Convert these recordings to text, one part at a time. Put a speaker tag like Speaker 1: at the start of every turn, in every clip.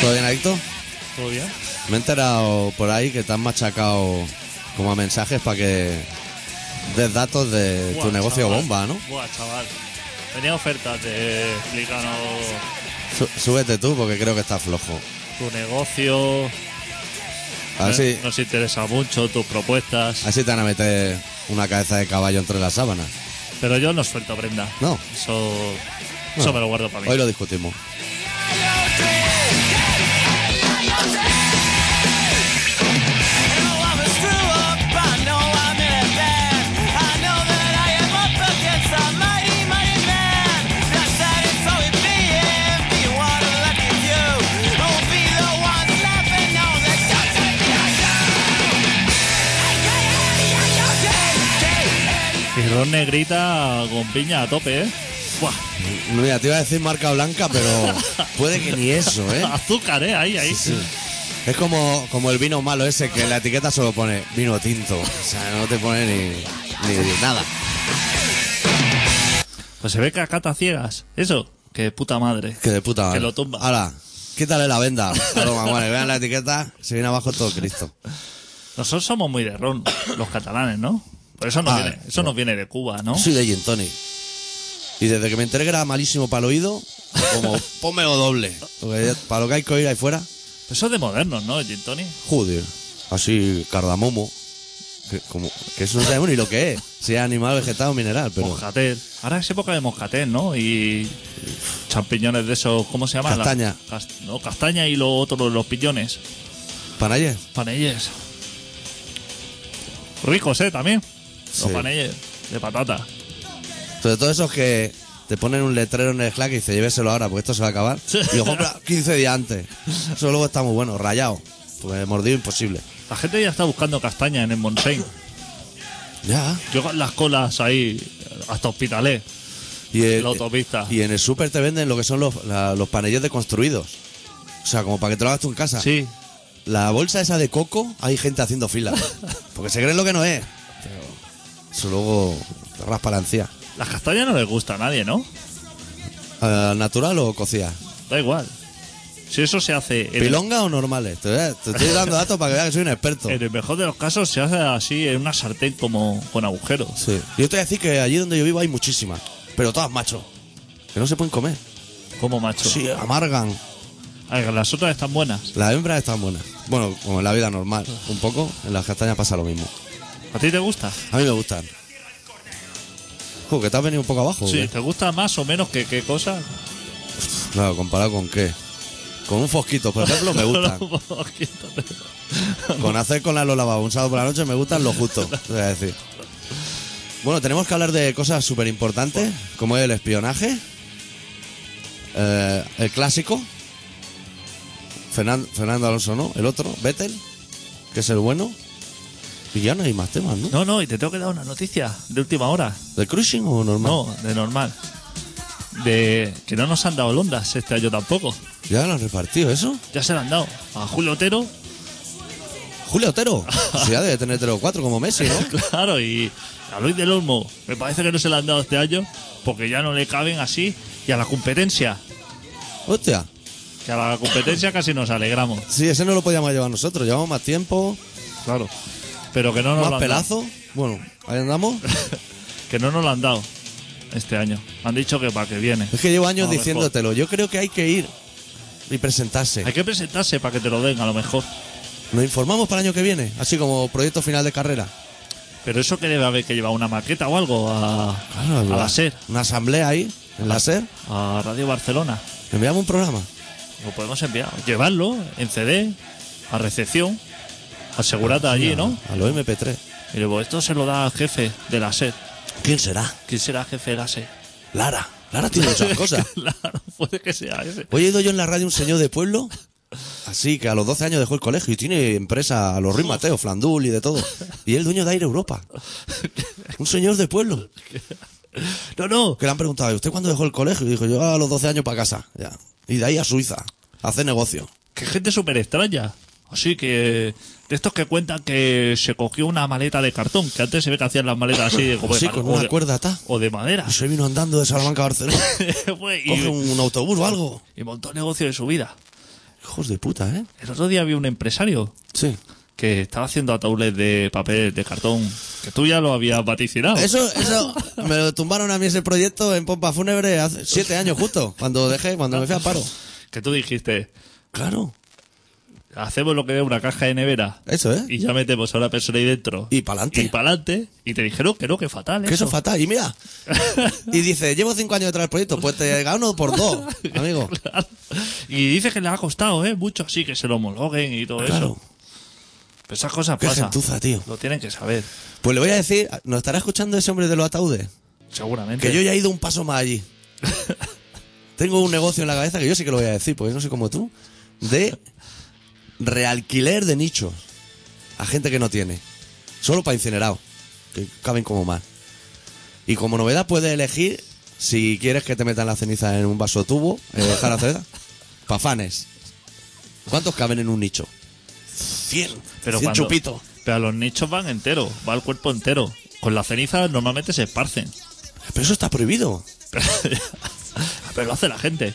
Speaker 1: ¿Todo bien, Adicto?
Speaker 2: ¿Todo bien?
Speaker 1: Me he enterado por ahí que te han machacado como a mensajes para que des datos de tu
Speaker 2: Buah,
Speaker 1: negocio
Speaker 2: chaval.
Speaker 1: bomba, ¿no?
Speaker 2: Buah, chaval. Tenía ofertas de explícanos
Speaker 1: Sú- Súbete tú porque creo que estás flojo.
Speaker 2: tu negocio.
Speaker 1: A ver,
Speaker 2: eh,
Speaker 1: si, Ah.
Speaker 2: Nos interesa mucho tus propuestas.
Speaker 1: a ver si te van a meter una cabeza de caballo entre las sábanas.
Speaker 2: Pero yo no suelto prenda.
Speaker 1: No.
Speaker 2: Eso,
Speaker 1: Ah.
Speaker 2: eso me lo guardo para mí.
Speaker 1: Hoy lo discutimos.
Speaker 2: Y Ron Negrita con piña a tope, ¿eh? Buah,
Speaker 1: Mira, te iba a decir marca blanca, pero puede que ni eso, ¿eh?
Speaker 2: azúcar, ¿eh? Ahí, ahí.
Speaker 1: Sí. Es como, como el vino malo ese que en la etiqueta solo pone vino tinto. O sea, no te pone ni, ni nada.
Speaker 2: Pues se ve que a cata ciegas. Eso, que puta madre.
Speaker 1: Que de puta madre.
Speaker 2: Que lo tumba.
Speaker 1: Ahora, quítale la venda a los mamones. Vean la etiqueta, se viene abajo todo Cristo.
Speaker 2: Nosotros somos muy de ron, los catalanes, ¿no? Pero eso nos,
Speaker 1: Ah,
Speaker 2: viene, eso nos viene de Cuba, ¿no?
Speaker 1: Soy de Gin Tonic. Y desde que me enteré que era malísimo para el oído, como ponme o doble. Porque ya- para lo que hay que oír ahí fuera,
Speaker 2: Eso es de modernos, ¿no, Gin Tony?
Speaker 1: joder. Así, cardamomo. Que, como, que eso no sabemos ni lo que es. Si es animal, vegetal o mineral, pero.
Speaker 2: Moscatel. Ahora es época de moscatel, ¿no? Y champiñones de esos, ¿cómo se llama? Las-
Speaker 1: Castaña.
Speaker 2: cas- no, castaña y lo otro, los piñones.
Speaker 1: ¿Panayes?
Speaker 2: Panelles. Ricos, ¿eh? También. Los
Speaker 1: Sí.
Speaker 2: panelles de patata.
Speaker 1: Sobre todo esos que te ponen un letrero en el Slack y dice lléveselo ahora porque esto se va a acabar. Y lo compra 15 días antes. Eso luego está muy bueno, rayado. Pues mordido imposible.
Speaker 2: La gente ya está buscando castaña en el Montseny.
Speaker 1: Ya.
Speaker 2: Yo con las colas ahí hasta hospitales.
Speaker 1: Y en
Speaker 2: La autopista.
Speaker 1: Y en el súper te venden lo que son los, la- los panellos deconstruidos. O sea, como para que te lo hagas tú en casa.
Speaker 2: Sí.
Speaker 1: La bolsa esa de coco, hay gente haciendo fila. Porque se creen lo que no es. Eso luego te raspa la encía.
Speaker 2: Las castañas no les gusta a nadie, ¿no?
Speaker 1: Ah, ¿Natural o cocida?
Speaker 2: Da igual. Si eso se hace en el,
Speaker 1: ¿Pilonga o normales? Te, voy a- te estoy dando datos para que veas que soy un experto.
Speaker 2: en el mejor de los casos, se hace así en una sartén como con agujeros.
Speaker 1: Sí. Yo te voy a decir que allí donde yo vivo hay muchísimas, pero todas macho. Que no se pueden comer.
Speaker 2: Como macho.
Speaker 1: Sí, amargan.
Speaker 2: Ay, Ah, que las otras están buenas.
Speaker 1: Las hembras están buenas. Bueno, como en la vida normal, un poco, en las castañas pasa lo mismo.
Speaker 2: ¿A ti te gusta?
Speaker 1: A mí me gustan. Jo, que te has venido un poco abajo. ¿eh?
Speaker 2: Sí.
Speaker 1: ¿o qué?
Speaker 2: ¿Te gusta más o menos que qué cosa?
Speaker 1: Claro, comparado con qué. Con un fosquito, por ejemplo, me gustan. Con hacer con la Lola un sábado por la noche me gustan lo justo, te voy a decir. Bueno, tenemos que hablar de cosas súper importantes, como el espionaje, eh, el clásico, Fernan- Fernando Alonso, ¿no? El otro, Vettel, que es el bueno. Y ya no hay más temas, ¿no?
Speaker 2: no, no, y te tengo que dar una noticia de última hora.
Speaker 1: ¿De cruising o normal?
Speaker 2: No, de normal. De que no nos han dado Londas este año tampoco.
Speaker 1: ¿Ya lo han repartido eso?
Speaker 2: Ya se la han dado a Julio Otero,
Speaker 1: Julio Otero. Si ya debe tener tres o cuatro como Messi, ¿no?
Speaker 2: claro, y a Luis del Olmo. Me parece que no se la han dado este año porque ya no le caben así. Y a la competencia,
Speaker 1: Hostia.
Speaker 2: que a la competencia casi nos alegramos.
Speaker 1: Sí, ese no lo podíamos llevar nosotros. Llevamos más tiempo,
Speaker 2: Claro. Pero que no nos, lo
Speaker 1: más
Speaker 2: han dado,
Speaker 1: pelazo. Bueno, ahí andamos.
Speaker 2: que no nos lo han dado este año. Han dicho que para que viene.
Speaker 1: Es que llevo años
Speaker 2: A lo mejor.
Speaker 1: diciéndotelo. Yo creo que hay que ir y presentarse.
Speaker 2: Hay que presentarse para que te lo den, a lo mejor.
Speaker 1: Nos informamos para el año que viene, así como proyecto final de carrera.
Speaker 2: Pero eso que debe haber que llevar una maqueta o algo a,
Speaker 1: Ah,
Speaker 2: a la SER,
Speaker 1: Una asamblea ahí, en la SER.
Speaker 2: a Radio Barcelona.
Speaker 1: Enviamos un programa.
Speaker 2: Lo podemos enviar. Llevarlo en CD, a recepción. asegurata allí, ¿no?
Speaker 1: A los MP3.
Speaker 2: Y digo, esto se lo da al jefe de la SED.
Speaker 1: ¿Quién será?
Speaker 2: ¿Quién será jefe de la SED?
Speaker 1: Lara. Lara tiene muchas cosas.
Speaker 2: claro, puede que sea ese.
Speaker 1: Hoy he ido yo en la radio un señor de pueblo, así que a los 12 años dejó el colegio y tiene empresa a los Ruiz Mateo, Flandul y de todo. Y es el dueño de Aire Europa. Un señor de pueblo.
Speaker 2: No, no.
Speaker 1: Que le han preguntado, ¿y usted cuándo dejó el colegio? Y dijo, yo a los 12 años para casa. Ya. Y de ahí a Suiza. A hacer negocio.
Speaker 2: Que gente súper extraña. Así que. De estos que cuentan que se cogió una maleta de cartón, que antes se ve que hacían las maletas así de como
Speaker 1: Pues
Speaker 2: de
Speaker 1: Sí,
Speaker 2: ma-
Speaker 1: con
Speaker 2: o
Speaker 1: una
Speaker 2: de-
Speaker 1: cuerda atá.
Speaker 2: O de madera.
Speaker 1: Y se vino andando de Salamanca a Barcelona.
Speaker 2: Fue y,
Speaker 1: Coge un autobús o algo.
Speaker 2: y montó negocio de su vida.
Speaker 1: Hijos de puta, ¿eh?
Speaker 2: El otro día había un empresario
Speaker 1: Sí.
Speaker 2: que estaba haciendo ataúdes de papel, de cartón, que tú ya lo habías vaticinado.
Speaker 1: Eso, eso, me lo tumbaron a mí ese proyecto en Pompa Fúnebre hace siete años justo, cuando dejé, cuando me fui a paro.
Speaker 2: Que tú dijiste,
Speaker 1: Claro,
Speaker 2: hacemos lo que es una caja de nevera
Speaker 1: eso, ¿eh?
Speaker 2: y ya metemos a una persona ahí dentro.
Speaker 1: Y pa'lante.
Speaker 2: Y pa'lante. Y te dijeron que no, que fatal.
Speaker 1: Que eso es fatal, y mira. Y dice, llevo cinco años detrás del proyecto, pues te gano por dos, amigo.
Speaker 2: Claro. Y dice que le ha costado, ¿eh? Mucho así, que se lo homologuen y todo
Speaker 1: Claro,
Speaker 2: eso. Pero esas cosas
Speaker 1: qué
Speaker 2: pasan.
Speaker 1: gentuza, tío.
Speaker 2: Lo tienen que saber,
Speaker 1: Pues le voy a decir, ¿nos estará escuchando ese hombre de los ataúdes?
Speaker 2: seguramente.
Speaker 1: Que yo ya he ido un paso más allí. Tengo un negocio en la cabeza que yo sí que lo voy a decir, porque no sé como tú, de realquiler de nichos a gente que no tiene. Solo para incinerados, que caben como más. Y como novedad puedes elegir si quieres que te metan la ceniza en un vaso tubo, eh, dejar la ceniza, para fanes. ¿Cuántos caben en un nicho? 100.
Speaker 2: Pero
Speaker 1: 100
Speaker 2: cuando-
Speaker 1: chupitos.
Speaker 2: Pero los nichos van enteros, va el cuerpo entero. Con la ceniza normalmente se esparcen.
Speaker 1: Pero eso está prohibido.
Speaker 2: Pero, Ah, pero lo hace la gente.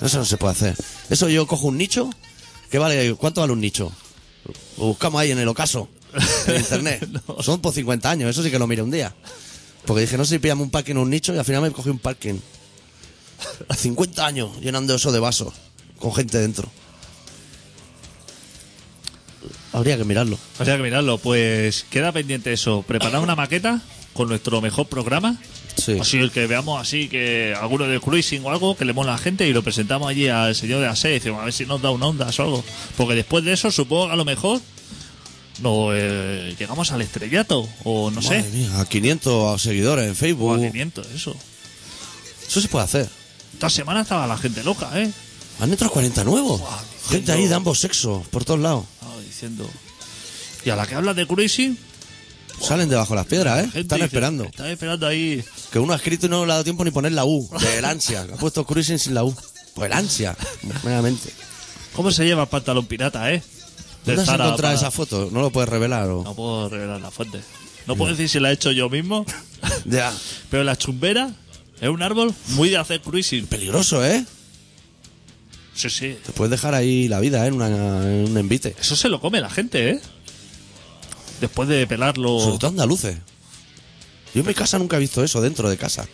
Speaker 1: Eso no se puede hacer. Eso yo cojo un nicho. ¿Qué vale? ¿Cuánto vale un nicho? Lo buscamos ahí en el ocaso, en internet. Son por 50 años, eso sí que lo miré un día. Porque dije, no sé si pillamos un parking o un nicho y al final me cogí un parking. 50 años llenando eso de vasos, con gente dentro. Habría que mirarlo.
Speaker 2: O sea que mirarlo, pues queda pendiente eso. Preparar una maqueta con nuestro mejor programa.
Speaker 1: Sí.
Speaker 2: Así el que veamos así que alguno de cruising o algo que le mola a la gente y lo presentamos allí al señor de la sede y decimos a ver si nos da un ondas o algo. Porque después de eso supongo que a lo mejor no eh, llegamos al estrellato o no
Speaker 1: Madre
Speaker 2: sé.
Speaker 1: mía, a 500 seguidores en
Speaker 2: O a
Speaker 1: Facebook.
Speaker 2: 500, eso.
Speaker 1: Eso se puede hacer.
Speaker 2: Esta semana estaba la gente loca, ¿eh?
Speaker 1: Han entrado 40 nuevos.
Speaker 2: Guau,
Speaker 1: Gente ahí de ambos sexos, por todos lados.
Speaker 2: Estaba diciendo. Y a la que habla de cruising,
Speaker 1: Salen debajo de las piedras, ¿eh?
Speaker 2: gente
Speaker 1: Están
Speaker 2: dice,
Speaker 1: esperando.
Speaker 2: Están esperando ahí.
Speaker 1: Que uno ha escrito y no le ha dado tiempo ni poner la U. Del ansia. que Ha puesto cruising sin la U. Pues el ansia. Meramente.
Speaker 2: ¿Cómo se lleva el pantalón pirata, eh? De
Speaker 1: ¿Dónde has
Speaker 2: Zara
Speaker 1: encontrado
Speaker 2: para-
Speaker 1: esa foto? ¿No lo puedes revelar o...?
Speaker 2: No puedo revelar la fuente. No puedo decir si la he hecho yo mismo,
Speaker 1: Ya.
Speaker 2: pero la chumbera es un árbol muy de hacer cruising.
Speaker 1: Peligroso, ¿eh?
Speaker 2: Sí, sí.
Speaker 1: Te puedes dejar ahí la vida, ¿eh? En, una- en un envite.
Speaker 2: Eso se lo come la gente, ¿eh? Después de
Speaker 1: Sobre
Speaker 2: pelarlo.
Speaker 1: todo andaluces. Yo en mi casa nunca he visto eso dentro de casa.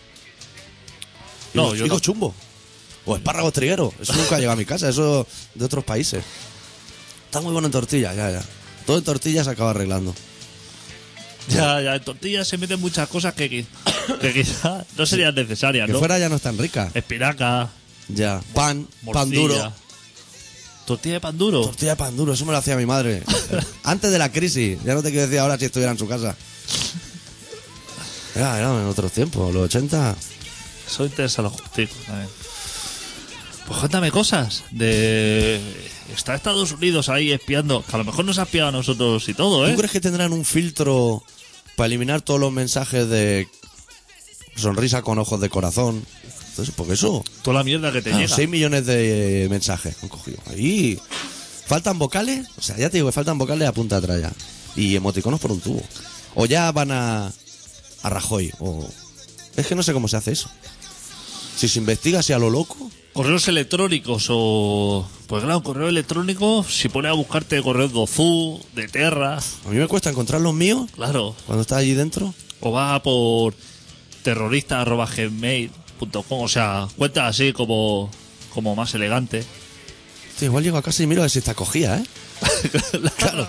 Speaker 2: No,
Speaker 1: Digo-
Speaker 2: yo
Speaker 1: digo
Speaker 2: no.
Speaker 1: chumbo. O espárragos trigueros. Eso nunca llega a mi casa. Eso de otros países. Está muy bueno en tortillas, ya, ya. Todo en tortillas se acaba arreglando.
Speaker 2: Ya, ya, en tortillas se meten muchas cosas que, qui- que quizás no serían necesarias,
Speaker 1: Que
Speaker 2: ¿no?
Speaker 1: fuera ya no es tan rica.
Speaker 2: Espinaca,
Speaker 1: Ya. Pan,
Speaker 2: morcilla.
Speaker 1: pan duro.
Speaker 2: Tortilla de pan duro.
Speaker 1: Tortilla de pan duro, eso me lo hacía mi madre. Antes de la crisis. Ya no te quiero decir ahora si estuviera en su casa. Era, era en otros tiempos, los 80.
Speaker 2: Eso interesa a los justicos también. Pues cuéntame cosas de... Está Estados Unidos ahí espiando, que a lo mejor nos ha espiado a nosotros y todo,
Speaker 1: ¿Tú
Speaker 2: ¿eh?
Speaker 1: crees que tendrán un filtro para eliminar todos los mensajes de sonrisa con ojos de corazón? Entonces, porque eso.
Speaker 2: Toda la mierda que te llega.
Speaker 1: 6 millones de mensajes han cogido. Ahí. ¿Faltan vocales? O sea, ya te digo que faltan vocales a punta atrás ya. Y emoticonos por un tubo. O ya van a. a Rajoy. O. Es que no sé cómo se hace eso. Si se investiga, si a lo loco.
Speaker 2: Correos electrónicos o... Pues claro, correo electrónico, si pones a buscarte correos de Ozu, de Terra,
Speaker 1: A mí me cuesta encontrar los míos
Speaker 2: claro.
Speaker 1: cuando estás allí dentro.
Speaker 2: O vas a por terrorista.gmail.com, o sea, cuentas así como, como más elegante.
Speaker 1: Hostia, igual llego a casa y miro a ver si está cogida, ¿eh? Claro.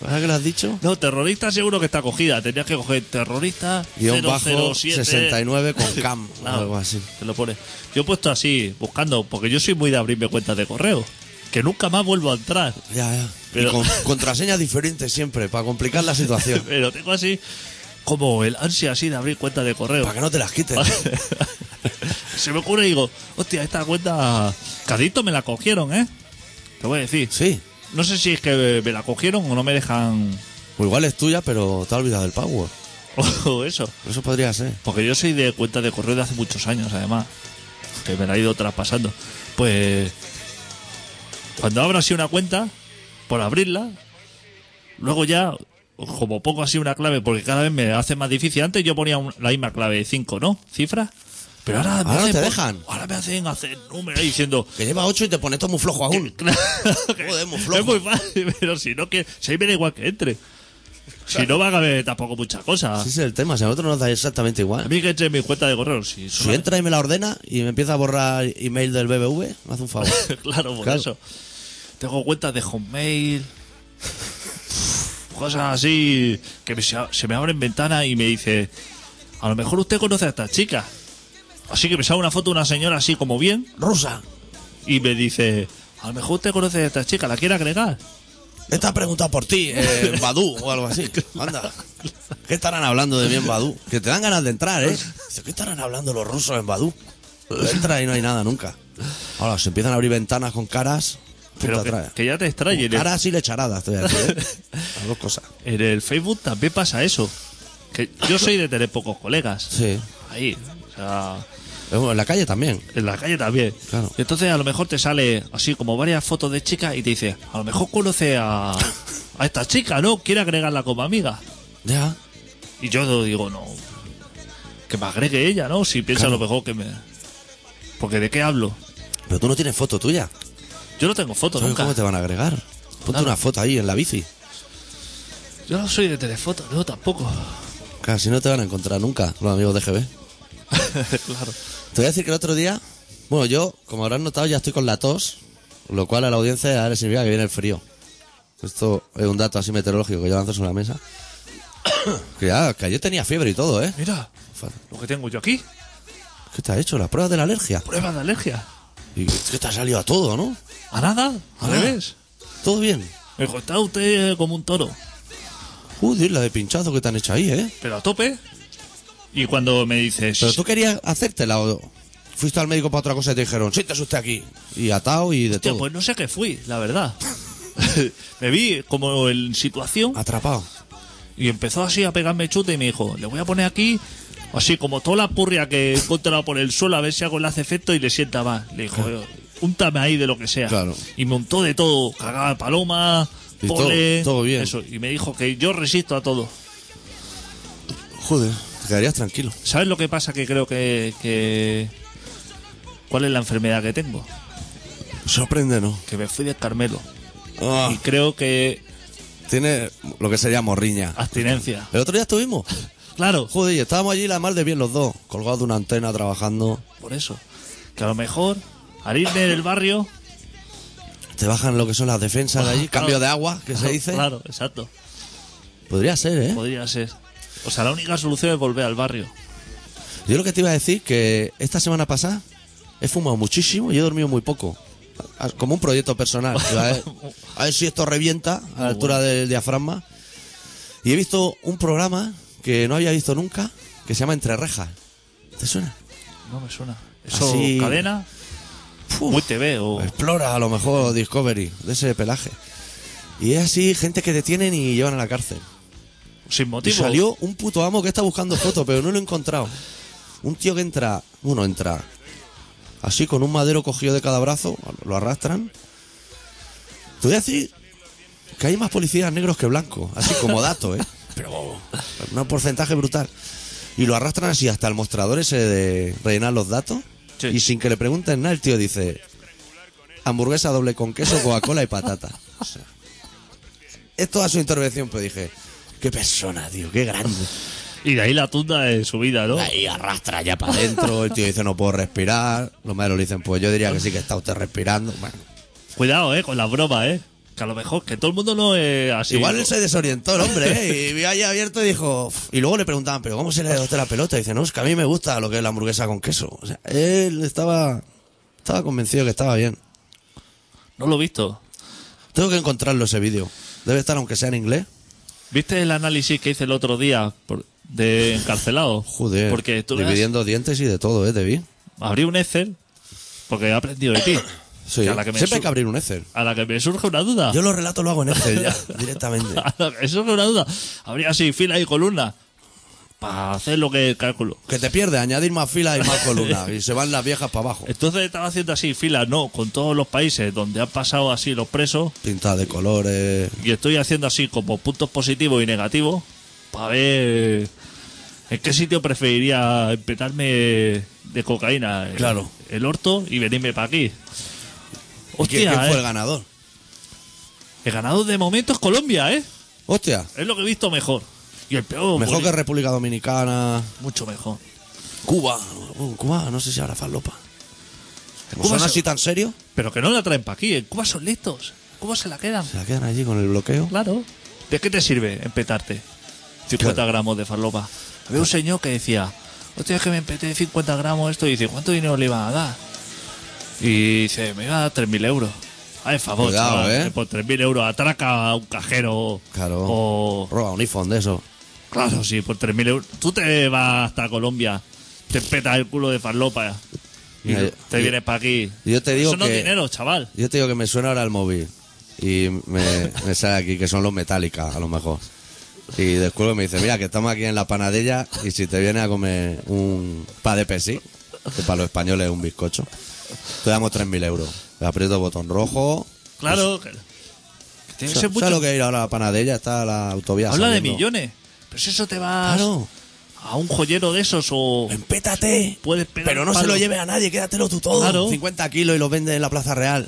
Speaker 1: ¿Verdad que lo has dicho?
Speaker 2: No, terrorista seguro que está cogida. Tendrías que coger terrorista
Speaker 1: Guión bajo
Speaker 2: 007.
Speaker 1: 69 con cam o
Speaker 2: Claro,
Speaker 1: algo así.
Speaker 2: Te lo pones. Yo he puesto así, buscando, porque yo soy muy de abrirme cuentas de correo. que nunca más vuelvo a entrar.
Speaker 1: Ya, ya.
Speaker 2: Pero-
Speaker 1: Y con contraseñas diferentes siempre, para complicar la situación.
Speaker 2: Pero tengo así como el ansia así de abrir cuenta de correo.
Speaker 1: para que no te las quiten.
Speaker 2: Se me ocurre y digo, hostia, esta cuenta Cadito me la cogieron, ¿eh? Te voy a decir.
Speaker 1: Sí.
Speaker 2: No sé si es que me la cogieron o no me dejan
Speaker 1: O Pues igual es tuya, pero te has olvidado del password.
Speaker 2: o eso.
Speaker 1: Eso podría ser.
Speaker 2: Porque yo soy de cuenta de correo de hace muchos años, además. Que me la he ido traspasando. Pues. Cuando abro así una cuenta, por abrirla, luego ya, como pongo así una clave, porque cada vez me hace más difícil. Antes yo ponía un- la misma clave, cinco, ¿no? Cifras. Pero ahora, me
Speaker 1: Ahora no te
Speaker 2: hacen pon-
Speaker 1: dejan.
Speaker 2: Ahora me hacen hacer números diciendo.
Speaker 1: Que lleva 8 y te pones todo muy flojo aún.
Speaker 2: que
Speaker 1: Joder, muy flojo.
Speaker 2: es muy fácil, pero si no, que. Si ahí me da igual que entre. Si no, va a haber tampoco muchas cosas.
Speaker 1: Ese es el tema, si a nosotros nos da exactamente
Speaker 2: A
Speaker 1: igual.
Speaker 2: mí que entre en mi cuenta de correo. Si
Speaker 1: Si entra y me la ordena y me empieza a borrar email del BBV, me hace un favor.
Speaker 2: claro, por
Speaker 1: Claro.
Speaker 2: eso. Tengo cuentas de Hotmail. Cosas así que me- se, se me abren ventanas y me dice, a lo mejor usted conoce a esta chica. Así que me sale una foto de una señora así como bien
Speaker 1: Rusa,
Speaker 2: y me dice, a lo mejor usted conoce a esta chica, ¿la quiere agregar?
Speaker 1: esta ha preguntado por ti, eh, Badu o algo así. Anda. ¿Qué estarán hablando de mí en Badu? Que te dan ganas de entrar, ¿eh? Dice, ¿Qué estarán hablando los rusos en Badu? Entra y no hay nada nunca. Ahora, se empiezan a abrir ventanas con caras.
Speaker 2: Pero
Speaker 1: puta
Speaker 2: que,
Speaker 1: atrás.
Speaker 2: que ya te extrañe. En el,
Speaker 1: Caras y lecharadas, te voy a decir, ¿eh? Las dos cosas.
Speaker 2: en el Facebook también pasa eso. Que yo soy de tener pocos colegas.
Speaker 1: Sí.
Speaker 2: Ahí. O sea,
Speaker 1: En la calle también.
Speaker 2: En la calle también.
Speaker 1: Claro.
Speaker 2: Y entonces a lo mejor te sale así como varias fotos de chicas y te dice, a lo mejor conoce a, a esta chica, ¿no? Quiere agregarla como amiga.
Speaker 1: Ya.
Speaker 2: Y yo digo, no, que me agregue ella, ¿no? Si piensa a lo mejor que me... Porque ¿de qué hablo?
Speaker 1: Pero tú no tienes foto tuya.
Speaker 2: Yo no tengo fotos
Speaker 1: ¿Sabes
Speaker 2: nunca.
Speaker 1: cómo te van a agregar? Ponte
Speaker 2: Claro.
Speaker 1: una foto ahí en la bici.
Speaker 2: Yo no soy de telefoto, no tampoco.
Speaker 1: Casi no te van a encontrar nunca los amigos de GB.
Speaker 2: claro.
Speaker 1: Te voy a decir que el otro día, bueno, yo, como habrás notado, ya estoy con la tos, lo cual a la audiencia ya le significa que viene el frío. Esto es un dato así meteorológico que yo lanzo sobre la mesa. que ya, que ayer tenía fiebre y todo, ¿eh?
Speaker 2: Mira, lo que tengo yo aquí,
Speaker 1: ¿Qué te ha hecho? Las pruebas de la alergia.
Speaker 2: pruebas de alergia.
Speaker 1: Y es que te ha salido a todo, ¿no?
Speaker 2: ¿A nada? ¿A
Speaker 1: Ah.
Speaker 2: revés?
Speaker 1: Todo bien.
Speaker 2: Me dijo, está usted como un toro.
Speaker 1: Uy, la de pinchazo que te han hecho ahí, ¿eh?
Speaker 2: pero a tope. Y cuando me dices,
Speaker 1: Pero tú querías hacértela o fuiste al médico para otra cosa y te dijeron, siéntese usted aquí. Y atado y de
Speaker 2: "Hostia,
Speaker 1: todo.
Speaker 2: pues no sé qué fui, la verdad. me vi como en situación
Speaker 1: Atrapado.
Speaker 2: y empezó así a pegarme chute y me dijo, le voy a poner aquí, así como toda la purria que he encontrado por el suelo, a ver si algo le hace efecto y le sienta más. Le dijo, úntame ahí de lo que sea.
Speaker 1: Claro.
Speaker 2: Y me untó de todo, cagada paloma,
Speaker 1: Y todo,
Speaker 2: polen,
Speaker 1: todo bien.
Speaker 2: Eso. Y me dijo que yo resisto a todo.
Speaker 1: Joder, te quedarías tranquilo.
Speaker 2: ¿Sabes lo que pasa? Que creo que- que... ¿Cuál es la enfermedad que tengo?
Speaker 1: Sorprende, ¿no?
Speaker 2: Que me fui de Carmelo.
Speaker 1: Ah,
Speaker 2: Y creo que
Speaker 1: tiene lo que sería morriña.
Speaker 2: abstinencia.
Speaker 1: El otro día estuvimos.
Speaker 2: Claro,
Speaker 1: Joder, y estábamos allí la mar de bien los dos, colgados de una antena trabajando.
Speaker 2: por eso. Que a lo mejor al irme del barrio.
Speaker 1: Te bajan lo que son las defensas de allí,
Speaker 2: Ah, Claro.
Speaker 1: cambio de agua, que se dice.
Speaker 2: Claro, exacto.
Speaker 1: Podría ser, ¿eh?
Speaker 2: Podría ser. O sea, la única solución es volver al barrio.
Speaker 1: Yo lo que te iba a decir que esta semana pasada he fumado muchísimo y he dormido muy poco. A- Como un proyecto personal. A ver, a ver si esto revienta a la altura del diafragma. Y he visto un programa que no había visto nunca, que se llama Entre Rejas. ¿Te suena?
Speaker 2: No me suena. Eso,
Speaker 1: Así- Pues,
Speaker 2: cadena,
Speaker 1: Uf.
Speaker 2: muy TV o.
Speaker 1: Explora a lo mejor Discovery, de ese pelaje. Y es así, gente que detienen y llevan a la cárcel.
Speaker 2: Sin
Speaker 1: Y
Speaker 2: motivo.
Speaker 1: salió un puto amo que está buscando fotos, pero no lo he encontrado. Un tío que entra, bueno, entra así con un madero cogido de cada brazo, lo arrastran. Te voy a decir que hay más policías negros que blancos, así como dato, ¿eh?
Speaker 2: Pero,
Speaker 1: Un porcentaje brutal. Y lo arrastran así hasta el mostrador ese de rellenar los datos.
Speaker 2: Sí.
Speaker 1: Y sin que le pregunten nada, el tío dice: hamburguesa doble con queso, Coca-Cola y patata. O sea, es toda su intervención, pero dije: qué persona, tío, qué grande.
Speaker 2: y de ahí la tunda de su vida, ¿no?
Speaker 1: Ahí arrastra ya para adentro, el tío dice: no puedo respirar. Los malos le dicen: pues yo diría que sí, que está usted respirando. Bueno,
Speaker 2: Cuidado, eh, con las bromas, eh. Que a lo mejor que todo el mundo no es así.
Speaker 1: Igual
Speaker 2: o-
Speaker 1: él se desorientó el hombre, ¿eh? Y vio ahí abierto y dijo. "Uf". Y luego le preguntaban, ¿pero cómo se le dio a usted la pelota? Y dice, no, es que a mí me gusta lo que es la hamburguesa con queso. O sea, él estaba. Estaba convencido que estaba bien.
Speaker 2: No lo he visto.
Speaker 1: Tengo que encontrarlo ese vídeo. Debe estar, aunque sea en inglés.
Speaker 2: ¿Viste el análisis que hice el otro día por- de encarcelado?
Speaker 1: Joder.
Speaker 2: Porque tú ves-
Speaker 1: dividiendo dientes y de todo, ¿eh? Te vi.
Speaker 2: abrí un Excel porque he aprendido de ti.
Speaker 1: Sí.
Speaker 2: Que a la que me
Speaker 1: Siempre hay
Speaker 2: su-
Speaker 1: que abrir un Excel.
Speaker 2: A la que me surge una duda.
Speaker 1: Yo los relatos lo hago en Excel ya, directamente.
Speaker 2: A la que me surge una duda. Habría así fila y columna para hacer lo que cálculo.
Speaker 1: Que te pierdes, añadir más filas y más columnas. Y se van las viejas para abajo.
Speaker 2: Entonces estaba haciendo así filas, no, con todos los países donde han pasado así los presos
Speaker 1: Pintadas de colores.
Speaker 2: y estoy haciendo así como puntos positivos y negativos para ver en qué sitio preferiría empetarme de cocaína. el-
Speaker 1: Claro.
Speaker 2: El orto y venirme para aquí.
Speaker 1: ¿Y
Speaker 2: Hostia,
Speaker 1: ¿Quién, quién fue
Speaker 2: eh.
Speaker 1: el ganador?
Speaker 2: El ganado de momento es Colombia, ¿eh?
Speaker 1: Hostia,
Speaker 2: Es lo que he visto mejor. Y el peor,
Speaker 1: mejor
Speaker 2: Bolivia,
Speaker 1: que República Dominicana.
Speaker 2: mucho mejor.
Speaker 1: Cuba. Uh, Cuba, no sé si habrá falopa. ¿Cómo
Speaker 2: Cuba
Speaker 1: son
Speaker 2: se-
Speaker 1: así tan serios?
Speaker 2: Pero que no la traen para aquí. En Cuba son listos. En Cuba se la quedan.
Speaker 1: Se la quedan allí con el bloqueo.
Speaker 2: Claro. ¿De qué te sirve empetarte? 50
Speaker 1: Claro.
Speaker 2: gramos de farlopa. Había un señor que decía, hostia, es que me empeté 50 gramos esto. Y dice, ¿cuánto dinero le iban a dar? Y dice, me iba a dar 3.000 euros. Ay, favor,
Speaker 1: Cuidado,
Speaker 2: chaval,
Speaker 1: ¿eh?
Speaker 2: que por 3.000 euros atraca a un cajero.
Speaker 1: Claro.
Speaker 2: O,
Speaker 1: Oh. Roba un iPhone de eso.
Speaker 2: claro, sí, por 3.000 euros. Tú te vas hasta Colombia, te petas el culo de farlopa y
Speaker 1: Mira,
Speaker 2: te
Speaker 1: yo-
Speaker 2: vienes para aquí.
Speaker 1: yo te digo
Speaker 2: Eso no
Speaker 1: que-
Speaker 2: es dinero, chaval.
Speaker 1: Yo te digo que me suena ahora el móvil. Y me, me sale aquí que son los Metallica, a lo mejor. Y descubro y me dice, mira, que estamos aquí en la panadilla y si te viene a comer un pa de pesí, que para los españoles es un bizcocho, te damos 3.000 euros. Le aprieto botón rojo.
Speaker 2: Claro. que- que Pues, tiene que ser
Speaker 1: ¿Sabes
Speaker 2: mucho
Speaker 1: lo que es ir ahora a la panadilla? Está la autovía
Speaker 2: Habla de
Speaker 1: saliendo.
Speaker 2: millones. Pero si eso te vas
Speaker 1: Claro. Em.
Speaker 2: a un joyero de esos o
Speaker 1: Empétate.
Speaker 2: puedes pegar
Speaker 1: Pero no se
Speaker 2: palo.
Speaker 1: lo lleves a nadie, quédatelo tú todo.
Speaker 2: Claro.
Speaker 1: 50 kilos y los vendes en la Plaza Real.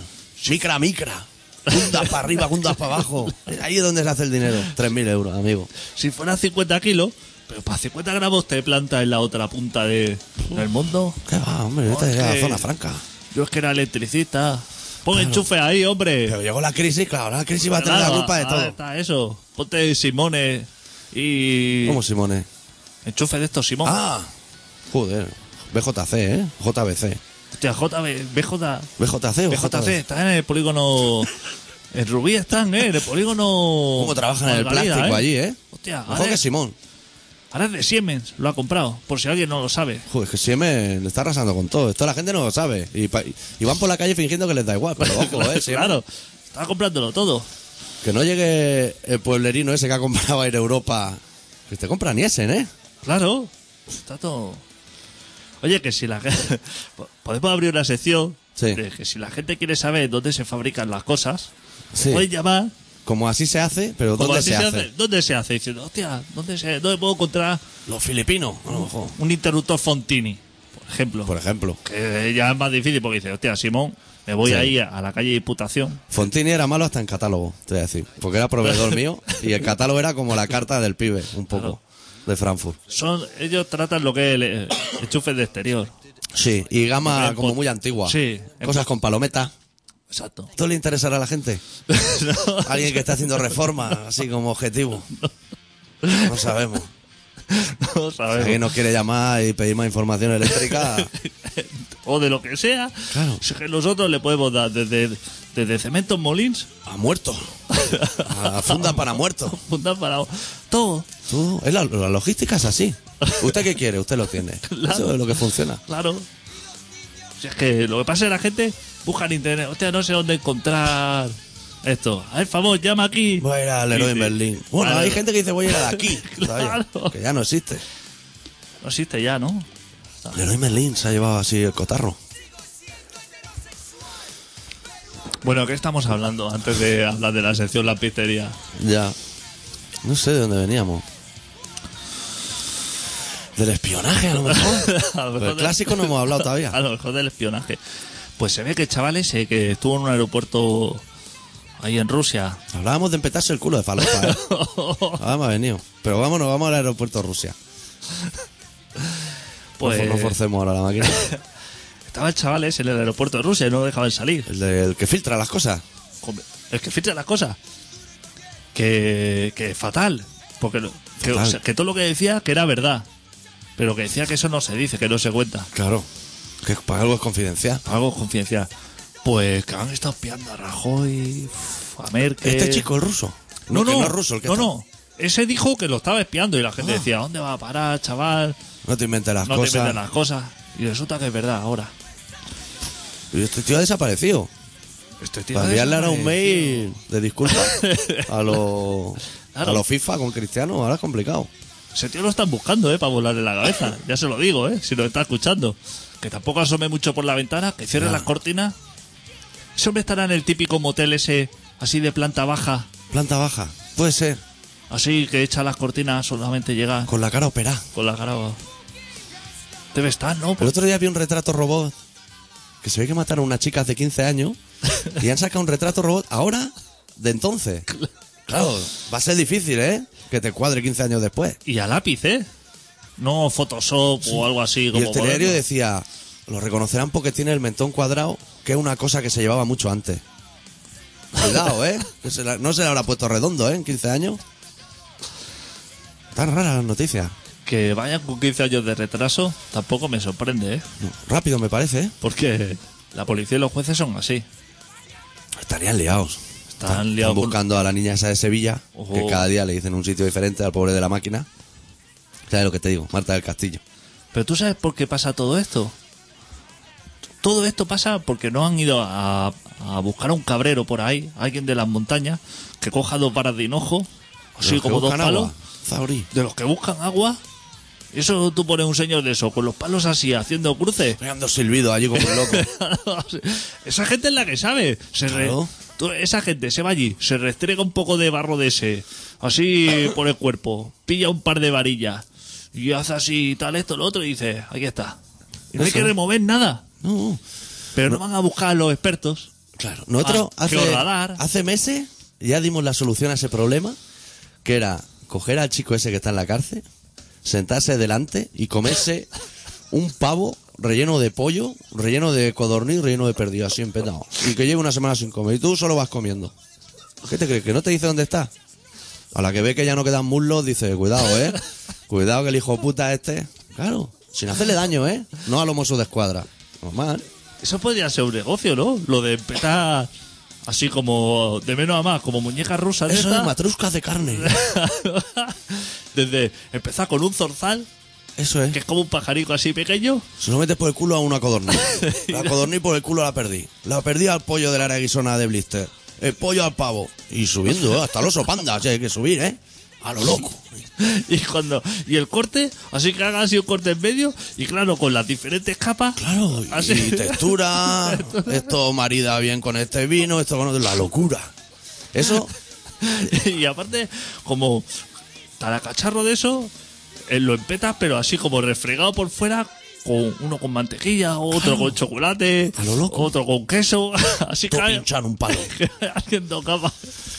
Speaker 1: Micra, micra. Gundas para arriba, gundas para abajo. Ahí es donde se hace el dinero. 3.000 euros, amigo.
Speaker 2: Si fueran 50 kilos, pero para 50 gramos te plantas en la otra punta de, del mundo.
Speaker 1: ¿Qué va, hombre? Esta es la
Speaker 2: Porque-
Speaker 1: zona franca.
Speaker 2: Yo es que era electricista. Pon enchufe ahí, hombre.
Speaker 1: Pero llegó la crisis, claro. La crisis va a tener la
Speaker 2: Claro,
Speaker 1: culpa de
Speaker 2: ahora
Speaker 1: todo.
Speaker 2: está eso. Ponte Simones y...
Speaker 1: ¿Cómo, Simone?
Speaker 2: Enchufe de estos Simón.
Speaker 1: Ah, joder. BJC, ¿eh? JBC.
Speaker 2: Hostia, JB, BJ...
Speaker 1: BJC o
Speaker 2: BJC, están en el polígono... En Rubí están, ¿eh? En el polígono...
Speaker 1: ¿Cómo trabajan en el
Speaker 2: Margarida,
Speaker 1: plástico
Speaker 2: ¿eh?
Speaker 1: allí, eh?
Speaker 2: Hostia,
Speaker 1: Mejor
Speaker 2: ahora-
Speaker 1: que Simón.
Speaker 2: Ahora es de Siemens, lo ha comprado, por si alguien no lo sabe.
Speaker 1: Joder, es que Siemens está arrasando con todo. Esto la gente no lo sabe. Y, pa- y van por la calle fingiendo que les da igual. Pero ojo, eh, Siemens.
Speaker 2: claro, está comprándolo todo.
Speaker 1: Que no llegue el pueblerino ese que ha comprado Air Europa. Que te compra Niesen, ¿eh?
Speaker 2: Claro, pues está todo. Oye, que si la gente. Podemos abrir una sección
Speaker 1: Sí.
Speaker 2: de que si la gente quiere saber dónde se fabrican las cosas,
Speaker 1: Sí.
Speaker 2: pueden llamar.
Speaker 1: Como así se hace, pero
Speaker 2: como
Speaker 1: ¿dónde
Speaker 2: así
Speaker 1: se, hace?
Speaker 2: ¿Dónde se hace? Diciendo, hostia, ¿dónde, se, ¿dónde puedo encontrar
Speaker 1: Los filipinos, a lo mejor.
Speaker 2: un interruptor Fontini? Por ejemplo.
Speaker 1: Por ejemplo.
Speaker 2: Que ya es más difícil porque dice, hostia, Simón, me voy
Speaker 1: Sí.
Speaker 2: ahí a la calle Diputación.
Speaker 1: Fontini era malo hasta en catálogo, te voy a decir. Porque era proveedor mío y el catálogo era como la carta del pibe, un poco, de Frankfurt.
Speaker 2: Son, ellos tratan lo que es el, eh, enchufe de exterior.
Speaker 1: Sí, y gama
Speaker 2: En
Speaker 1: como
Speaker 2: pot-
Speaker 1: muy antigua.
Speaker 2: Sí.
Speaker 1: Cosas con palometa.
Speaker 2: Exacto.
Speaker 1: ¿Esto le interesará a la gente?
Speaker 2: No.
Speaker 1: Alguien que está haciendo reforma, así como objetivo. No sabemos.
Speaker 2: No
Speaker 1: Si
Speaker 2: sabemos.
Speaker 1: alguien nos quiere llamar y pedir más información eléctrica,
Speaker 2: O de lo que sea.
Speaker 1: Claro.
Speaker 2: Si es que nosotros le podemos dar desde, desde cementos molins,
Speaker 1: A muerto. A funda para muerto.
Speaker 2: fundar para todo.
Speaker 1: Tú, es la, la logística es así. ¿Usted qué quiere? Usted lo tiene. Eso es lo que funciona.
Speaker 2: Claro. Si es que lo que pasa es que la gente busca en internet. Hostia, no sé dónde encontrar esto. A ver, favor, llama aquí.
Speaker 1: Voy a ir al Leroy
Speaker 2: Dice,
Speaker 1: Merlin. Bueno,
Speaker 2: claro.
Speaker 1: hay gente que dice voy a ir a aquí. todavía,
Speaker 2: Claro.
Speaker 1: que ya no existe.
Speaker 2: No existe ya, ¿no?
Speaker 1: Leroy Merlin se ha llevado así el cotarro.
Speaker 2: Bueno, ¿qué estamos hablando antes de hablar de la sección La Pistería?
Speaker 1: Ya. No sé de dónde veníamos. Del espionaje, a lo mejor.
Speaker 2: A lo
Speaker 1: Pero
Speaker 2: mejor
Speaker 1: el
Speaker 2: de-
Speaker 1: Pues clásico no hemos hablado todavía.
Speaker 2: A lo mejor del espionaje. Pues se ve que el chaval ese que estuvo en un aeropuerto ahí en Rusia.
Speaker 1: Hablábamos de empetarse el culo de falopa. ¿eh? Ahora me ha venido. Pero vámonos, vamos al aeropuerto Rusia.
Speaker 2: Pues
Speaker 1: No forcemos ahora la máquina.
Speaker 2: estaba el chaval ese en el aeropuerto de Rusia y no lo dejaban salir.
Speaker 1: El, de- el que filtra las cosas.
Speaker 2: Hombre, Es que fíjate las cosas. Que, que fatal. Porque lo- que,
Speaker 1: Fatal.
Speaker 2: o sea, que todo lo que decía que era verdad. Pero que decía que eso no se dice, que no se cuenta.
Speaker 1: Claro. Que para algo es confidencial.
Speaker 2: Algo confidencial. Pues que han estado espiando a Rajoy, uf, a Merkel.
Speaker 1: Este chico es ruso.
Speaker 2: Eh, No,
Speaker 1: que
Speaker 2: no,
Speaker 1: es ruso el que
Speaker 2: no,
Speaker 1: está.
Speaker 2: no. Ese dijo que lo estaba espiando y la gente decía, ¿dónde va a parar, chaval?
Speaker 1: No te inventes las
Speaker 2: No
Speaker 1: cosas.
Speaker 2: te metas en las cosas. Y resulta que es verdad ahora.
Speaker 1: Y este tío ha desaparecido.
Speaker 2: Este tío
Speaker 1: Para enviarle ahora un
Speaker 2: desaparecido.
Speaker 1: mail de disculpas a los
Speaker 2: Claro.
Speaker 1: a los FIFA con Cristiano, ahora es complicado.
Speaker 2: Ese tío lo están buscando, ¿eh? Para volarle la cabeza. Ya se lo digo, ¿eh? Si lo está escuchando. Que tampoco asome mucho por la ventana, que cierre las cortinas. Ese hombre estará en el típico motel ese, así de planta baja,
Speaker 1: Planta baja, puede ser,
Speaker 2: así que echa las cortinas, solamente llega
Speaker 1: con la cara operada.
Speaker 2: con la grava. Debe estar, ¿no? Pues,
Speaker 1: El otro día vi un retrato robot que se ve que mataron a una chica hace 15 años y han sacado un retrato robot ahora de entonces. Claro, va a ser difícil, ¿eh? Que te cuadre 15 años después.
Speaker 2: Y a lápiz, ¿eh? No Photoshop o algo así
Speaker 1: Y
Speaker 2: como.
Speaker 1: el telediario
Speaker 2: moderno.
Speaker 1: decía, lo reconocerán porque tiene el mentón cuadrado, que es una cosa que se llevaba mucho antes. Cuidado, ¿eh? Que se la- no se le habrá puesto redondo, ¿eh? En 15 años. Tan raras las noticias.
Speaker 2: Que vayan con 15 años de retraso, tampoco me sorprende, ¿eh?
Speaker 1: No, Rápido, me parece, ¿eh?
Speaker 2: Porque la policía y los jueces son así.
Speaker 1: Estarían liados.
Speaker 2: Están liados con-
Speaker 1: buscando a la niña esa de Sevilla,
Speaker 2: Ojo.
Speaker 1: que cada día le dicen un sitio diferente al pobre de la máquina. ¿Sabes lo que te digo? Marta del Castillo.
Speaker 2: Pero tú sabes por qué pasa todo esto. Todo esto pasa porque no han ido a, a buscar a un cabrero por ahí, alguien de las montañas, que coja dos varas de hinojo, así
Speaker 1: Los que
Speaker 2: como dos
Speaker 1: buscan agua.
Speaker 2: palos,
Speaker 1: Zahorí.
Speaker 2: de los que buscan agua. Eso tú pones un señor de eso, con los palos así, haciendo cruces.
Speaker 1: Pegando silbido allí como un loco.
Speaker 2: esa gente es la que sabe. Se re-
Speaker 1: Claro.
Speaker 2: tú- esa gente se va allí, se restrega un poco de barro de ese, así por el cuerpo, pilla un par de varillas y hace así tal esto, lo otro y dice, aquí está. Y no hay
Speaker 1: Eso.
Speaker 2: que remover nada.
Speaker 1: No.
Speaker 2: Pero no, van a buscar a los expertos.
Speaker 1: Claro, nosotros
Speaker 2: Ah,
Speaker 1: hace,
Speaker 2: que horadar.
Speaker 1: hace meses ya dimos la solución a ese problema, que era coger al chico ese que está en la cárcel, sentarse delante y comerse un pavo relleno de pollo, relleno de codorniz, relleno de perdido, así empetado. Y que lleve una semana sin comer. Y tú solo vas comiendo. ¿Qué te crees? ¿Que no te dice dónde está? A la que ve que ya no quedan muslos, dice, cuidado, ¿eh? Cuidado que el hijo puta este... Claro, sin hacerle daño, ¿eh? No al homoso de escuadra. Normal.
Speaker 2: Eso podría ser un negocio, ¿no? Lo de empezar así como de menos a más, como muñecas rusas. de
Speaker 1: Eso es
Speaker 2: estas.
Speaker 1: matruscas de carne.
Speaker 2: Desde empezar con un zorzal,
Speaker 1: Eso es.
Speaker 2: que es como un pajarico así pequeño.
Speaker 1: Se lo metes por el culo a una codorniz. La codorniz por el culo la perdí. La perdí al pollo de la araguisona de Blister. El pollo al pavo. Y subiendo, ¿eh? hasta el oso panda. sí, hay que subir, ¿eh? A lo loco.
Speaker 2: Y cuando y el corte, así que haga así un corte en medio y claro, con las diferentes capas.
Speaker 1: Claro. Y,
Speaker 2: Así.
Speaker 1: textura. Esto marida bien con este vino. Esto con la locura. Eso,
Speaker 2: Y aparte como cada cacharro de eso eh, lo empetas pero así como refregado por fuera con uno con mantequilla, otro con chocolate,
Speaker 1: A lo loco.
Speaker 2: otro con queso, así
Speaker 1: todo
Speaker 2: que
Speaker 1: pinchar un palo.
Speaker 2: haciendo capas.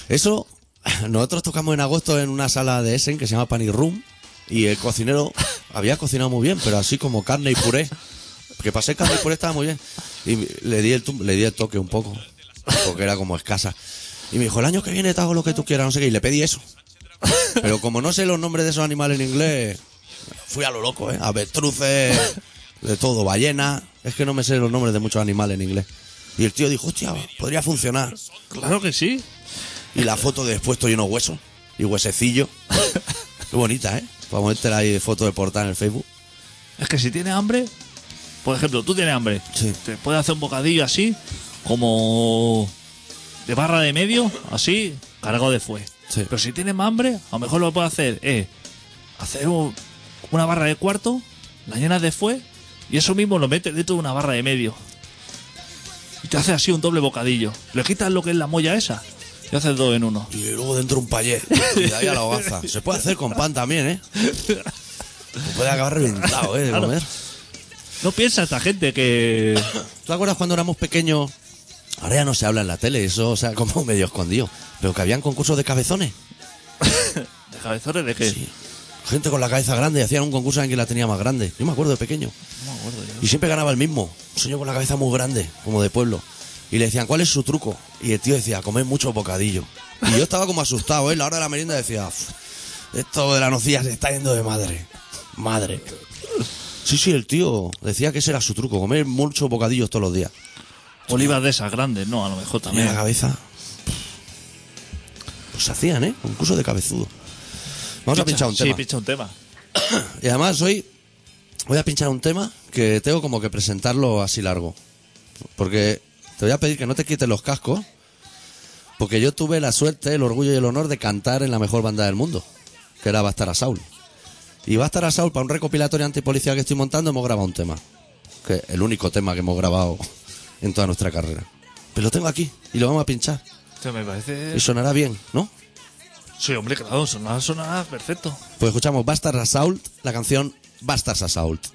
Speaker 1: Eso, nosotros tocamos en agosto en una sala de Essen que se llama Panic Room y el cocinero había cocinado muy bien, pero así como carne y puré. Que pasé carne y puré estaba muy bien. Y le di el, tum- le di el toque un poco, porque era como escasa. Y me dijo, el año que viene te hago lo que tú quieras, no sé qué, y le pedí eso. Pero como no sé los nombres de esos animales en inglés, fui a lo loco, ¿eh? Avestruces, de todo, ballena. Es que no me sé los nombres de muchos animales en inglés. Y el tío dijo, hostia, podría funcionar.
Speaker 2: Claro que sí.
Speaker 1: Y la foto de después estoy lleno de huesos y huesecillo. Qué bonita, ¿eh? Vamos a meter ahí de foto de portada en el Facebook.
Speaker 2: Es que si tienes hambre, por ejemplo, tú tienes hambre,
Speaker 1: Sí.
Speaker 2: te puedes hacer un bocadillo así, como de barra de medio, así, cargado de fue.
Speaker 1: Sí.
Speaker 2: Pero si tienes más hambre, a lo mejor lo que puedes hacer es hacer un- una barra de cuarto, la llenas de fue, y eso mismo lo metes dentro de una barra de medio. Y te haces así un doble bocadillo. Le quitas lo que es la molla esa, y haces dos en uno.
Speaker 1: Y luego dentro un payé. Y de ahí a la hogaza. Se puede hacer con pan también, ¿eh? Se puede acabar reventado, ¿eh? De
Speaker 2: Claro.
Speaker 1: comer.
Speaker 2: No piensa esta gente que.
Speaker 1: ¿Tú te acuerdas cuando éramos pequeños? Ahora ya no se habla en la tele, eso, o sea, como medio escondido. Pero que habían concursos de cabezones.
Speaker 2: de cabezones de que.
Speaker 1: Sí. Gente con la cabeza grande, hacían un concurso en que la tenía más grande. Yo me acuerdo de pequeño.
Speaker 2: No me acuerdo yo.
Speaker 1: Y siempre ganaba el mismo. Un señor con la cabeza muy grande, como de pueblo. Y le decían, ¿cuál es su truco? Y el tío decía, comer mucho bocadillo. Y yo estaba como asustado, ¿eh? A La hora de la merienda decía, "Uf, esto de la nocilla se está yendo de madre. Madre. Sí, sí, el tío decía que ese era su truco, comer muchos bocadillos todos los días.
Speaker 2: Olivas de esas grandes, no, a lo mejor
Speaker 1: Tenía
Speaker 2: también.
Speaker 1: la cabeza. Pues hacían, ¿eh? Concurso de cabezudo. Vamos a pinchar un tema.
Speaker 2: Sí, pincha un tema.
Speaker 1: Y además hoy voy a pinchar un tema que tengo como que presentarlo así largo. Porque te voy a pedir que no te quites los cascos. Porque yo tuve la suerte, el orgullo y el honor de cantar en la mejor banda del mundo, que era Bastar a Saul. Y Bastar a Saul, para un recopilatorio antipolicía que estoy montando, hemos grabado un tema. Que es el único tema que hemos grabado en toda nuestra carrera. Pero lo tengo aquí y lo vamos a pinchar.
Speaker 2: Este me parece.
Speaker 1: Y sonará bien, ¿no?
Speaker 2: Sí, hombre, claro, sonaba, sonaba perfecto.
Speaker 1: Pues escuchamos Bastard Assault, la canción Bastard Assault.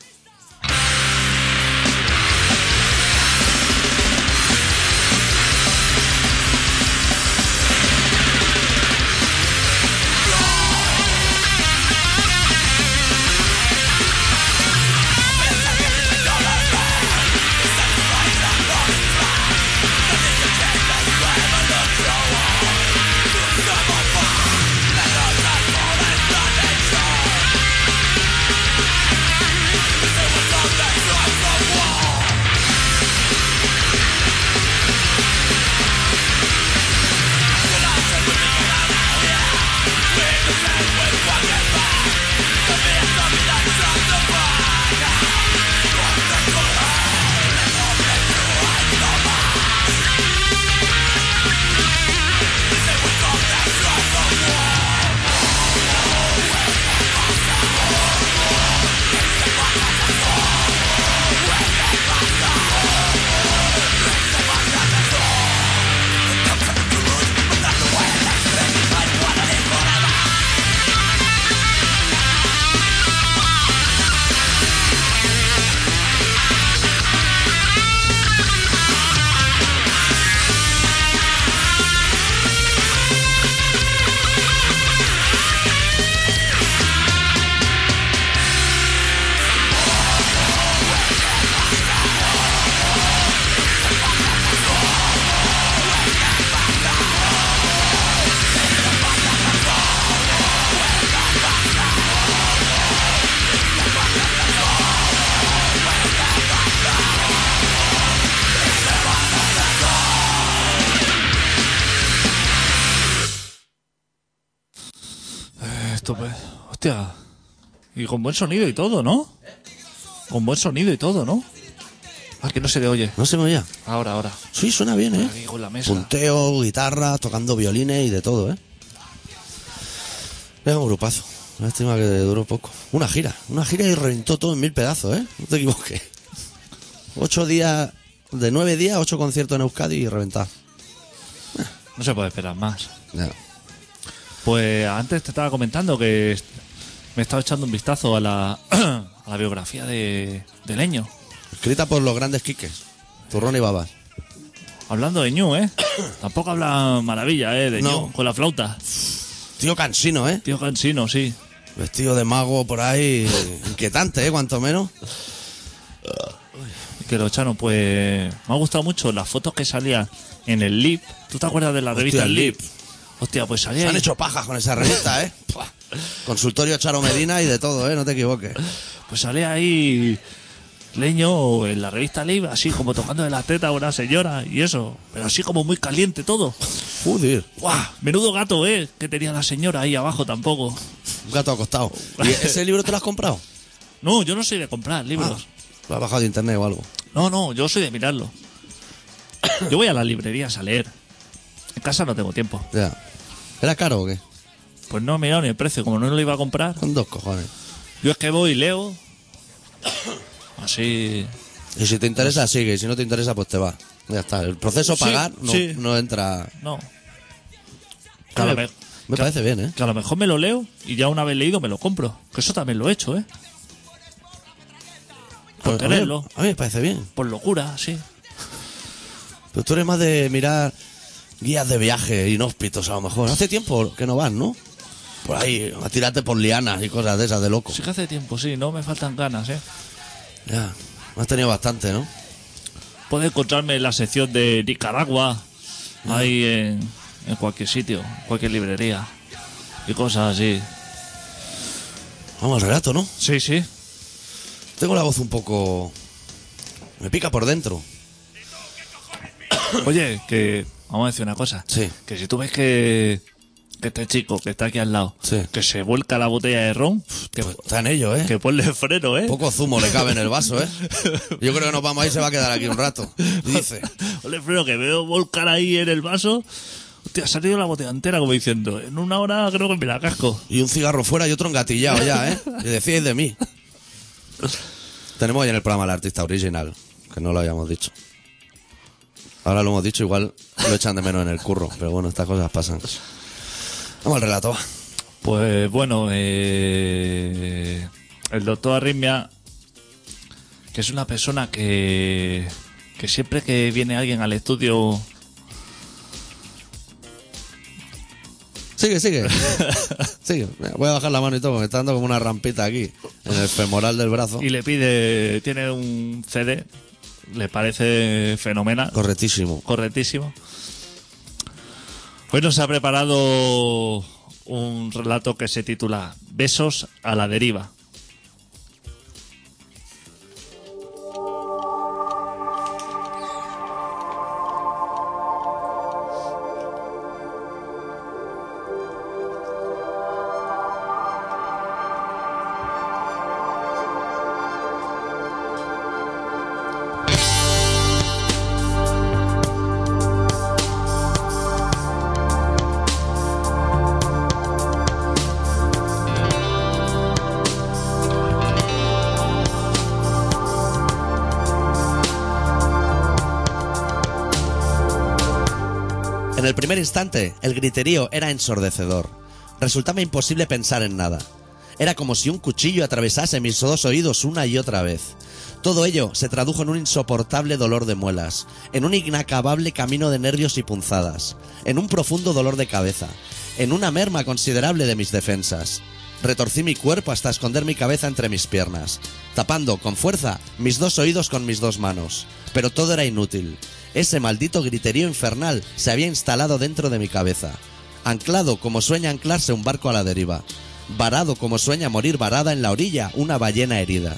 Speaker 2: Esto, pues. Hostia. Y con buen sonido y todo, ¿no? Con buen sonido y todo, ¿no? Ah, que no se le oye.
Speaker 1: No se me oía.
Speaker 2: Ahora, ahora.
Speaker 1: Sí, suena bien, ¿eh?
Speaker 2: Aquí con la mesa.
Speaker 1: Punteo, guitarra, tocando violines y de todo, ¿eh? Era un grupazo. Lástima que duró poco. Una gira. Una gira y reventó todo en mil pedazos, ¿eh? No te equivoques. Ocho días, de nueve días, ocho conciertos en Euskadi y reventar.
Speaker 2: No se puede esperar más. Pues antes te estaba comentando que est- me estaba echando un vistazo a la, a la biografía de, de Leño.
Speaker 1: Escrita por los grandes quiques. Turrón y babas.
Speaker 2: Hablando de Ñu, ¿eh? Tampoco habla maravilla, ¿eh? De
Speaker 1: No.
Speaker 2: Ñu, con la flauta.
Speaker 1: Tío cansino, ¿eh?
Speaker 2: Tío cansino, sí.
Speaker 1: Vestido de mago por ahí. Inquietante, ¿eh? Cuanto menos.
Speaker 2: Que lo echaron, pues... Me ha gustado mucho las fotos que salían en el LIP. ¿Tú te acuerdas de la revista
Speaker 1: el
Speaker 2: El LIP? Hostia, pues salía...
Speaker 1: Se han
Speaker 2: ahí-
Speaker 1: hecho pajas con esa revista, ¿eh? Pua. Consultorio Charo Medina y de todo, ¿eh? No te equivoques.
Speaker 2: Pues salía ahí Leño en la revista Live, así como tocando de la teta a una señora y eso, pero así como muy caliente todo.
Speaker 1: Joder.
Speaker 2: ¡Guau! Menudo gato, ¿eh? Que tenía la señora ahí abajo tampoco.
Speaker 1: Un gato acostado. ¿Y ese libro te lo has comprado?
Speaker 2: No, yo no soy de comprar
Speaker 1: Ah,
Speaker 2: libros.
Speaker 1: lo has bajado de internet o algo.
Speaker 2: No, no, yo soy de mirarlo. Yo voy a las librerías a leer. En casa no tengo tiempo.
Speaker 1: Ya. ¿Era caro o qué?
Speaker 2: Pues no he mirado ni el precio, como no lo iba a comprar.
Speaker 1: Con dos cojones.
Speaker 2: Yo es que voy y leo. Así.
Speaker 1: Y si te interesa, sigue. Y si no te interesa, pues te va. Ya está. El proceso
Speaker 2: Sí,
Speaker 1: pagar no,
Speaker 2: sí.
Speaker 1: no entra.
Speaker 2: No. Que a lo
Speaker 1: me,
Speaker 2: mejor-
Speaker 1: me
Speaker 2: que a-
Speaker 1: parece bien, ¿eh?
Speaker 2: Que a lo mejor me lo leo y ya una vez leído me lo compro. Que eso también lo he hecho, ¿eh? Por
Speaker 1: Pues a, mí,
Speaker 2: tenerlo,
Speaker 1: a mí me parece bien.
Speaker 2: por locura, sí.
Speaker 1: Pero tú eres más de mirar guías de viaje inhóspitos, a lo mejor. Hace tiempo que no vas, ¿no? Por ahí, a tirarte por lianas y cosas de esas de loco.
Speaker 2: Sí que hace tiempo, sí, no me faltan ganas, ¿eh?
Speaker 1: Ya. Has tenido bastante, ¿no?
Speaker 2: Puedes encontrarme en la sección de Nicaragua, ahí en, en cualquier sitio, en cualquier librería y cosas así.
Speaker 1: Vamos al relato, ¿no?
Speaker 2: Sí, sí.
Speaker 1: Tengo la voz un poco. Me pica por dentro.
Speaker 2: Oye, que vamos a decir una cosa.
Speaker 1: Sí.
Speaker 2: Que si tú ves que, que este chico que está aquí al lado,
Speaker 1: Sí.
Speaker 2: que se vuelca la botella de ron, que,
Speaker 1: Pues están ellos, ¿eh?
Speaker 2: que ponle freno, ¿eh?
Speaker 1: Poco zumo le cabe en el vaso, ¿eh? Yo creo que nos vamos ahí, se va a quedar aquí un rato. Dice.
Speaker 2: Ponle freno, que veo volcar ahí en el vaso. Hostia, ha salido la botella entera, como diciendo, en una hora creo que me la casco.
Speaker 1: Y un cigarro fuera y otro engatillado ya, ¿eh? Y decíais de mí. Tenemos hoy en el programa al artista original, que no lo habíamos dicho. Ahora lo hemos dicho, igual lo echan de menos en el curro, pero bueno, estas cosas pasan. Vamos al relato, va.
Speaker 2: Pues bueno, eh, el doctor Arritmia, que es una persona que, que siempre que viene alguien al estudio
Speaker 1: Sigue, sigue. Sigue. Voy a bajar la mano y todo, porque me está dando como una rampita aquí, en el femoral del brazo.
Speaker 2: y le pide, tiene un CD, le parece fenomenal,
Speaker 1: Correctísimo.
Speaker 2: correctísimo. Hoy nos ha preparado un relato que se titula Besos a la deriva.
Speaker 1: En el primer instante, el griterío era ensordecedor. Resultaba imposible pensar en nada. Era como si un cuchillo atravesase mis dos oídos una y otra vez. Todo ello se tradujo en un insoportable dolor de muelas, en un inacabable camino de nervios y punzadas, en un profundo dolor de cabeza, en una merma considerable de mis defensas. Retorcí mi cuerpo hasta esconder mi cabeza entre mis piernas, tapando con fuerza mis dos oídos con mis dos manos. Pero todo era inútil. Ese maldito griterío infernal se había instalado dentro de mi cabeza, anclado como sueña anclarse un barco a la deriva, varado como sueña morir varada en la orilla una ballena herida.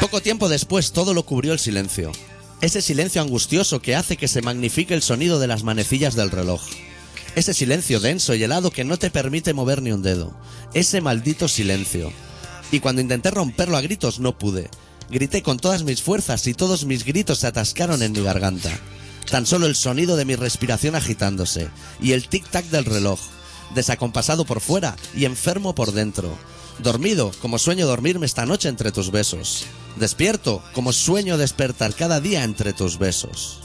Speaker 1: Poco tiempo después todo lo cubrió el silencio. Ese silencio angustioso que hace que se magnifique el sonido de las manecillas del reloj. Ese silencio denso y helado que no te permite mover ni un dedo. Ese maldito silencio. Y cuando intenté romperlo a gritos no pude. Grité con todas mis fuerzas y todos mis gritos se atascaron en mi garganta. Tan solo el sonido de mi respiración agitándose y el tic-tac del reloj, desacompasado por fuera y enfermo por dentro. Dormido, como sueño dormirme esta noche entre tus besos. Despierto, como sueño despertar cada día entre tus besos.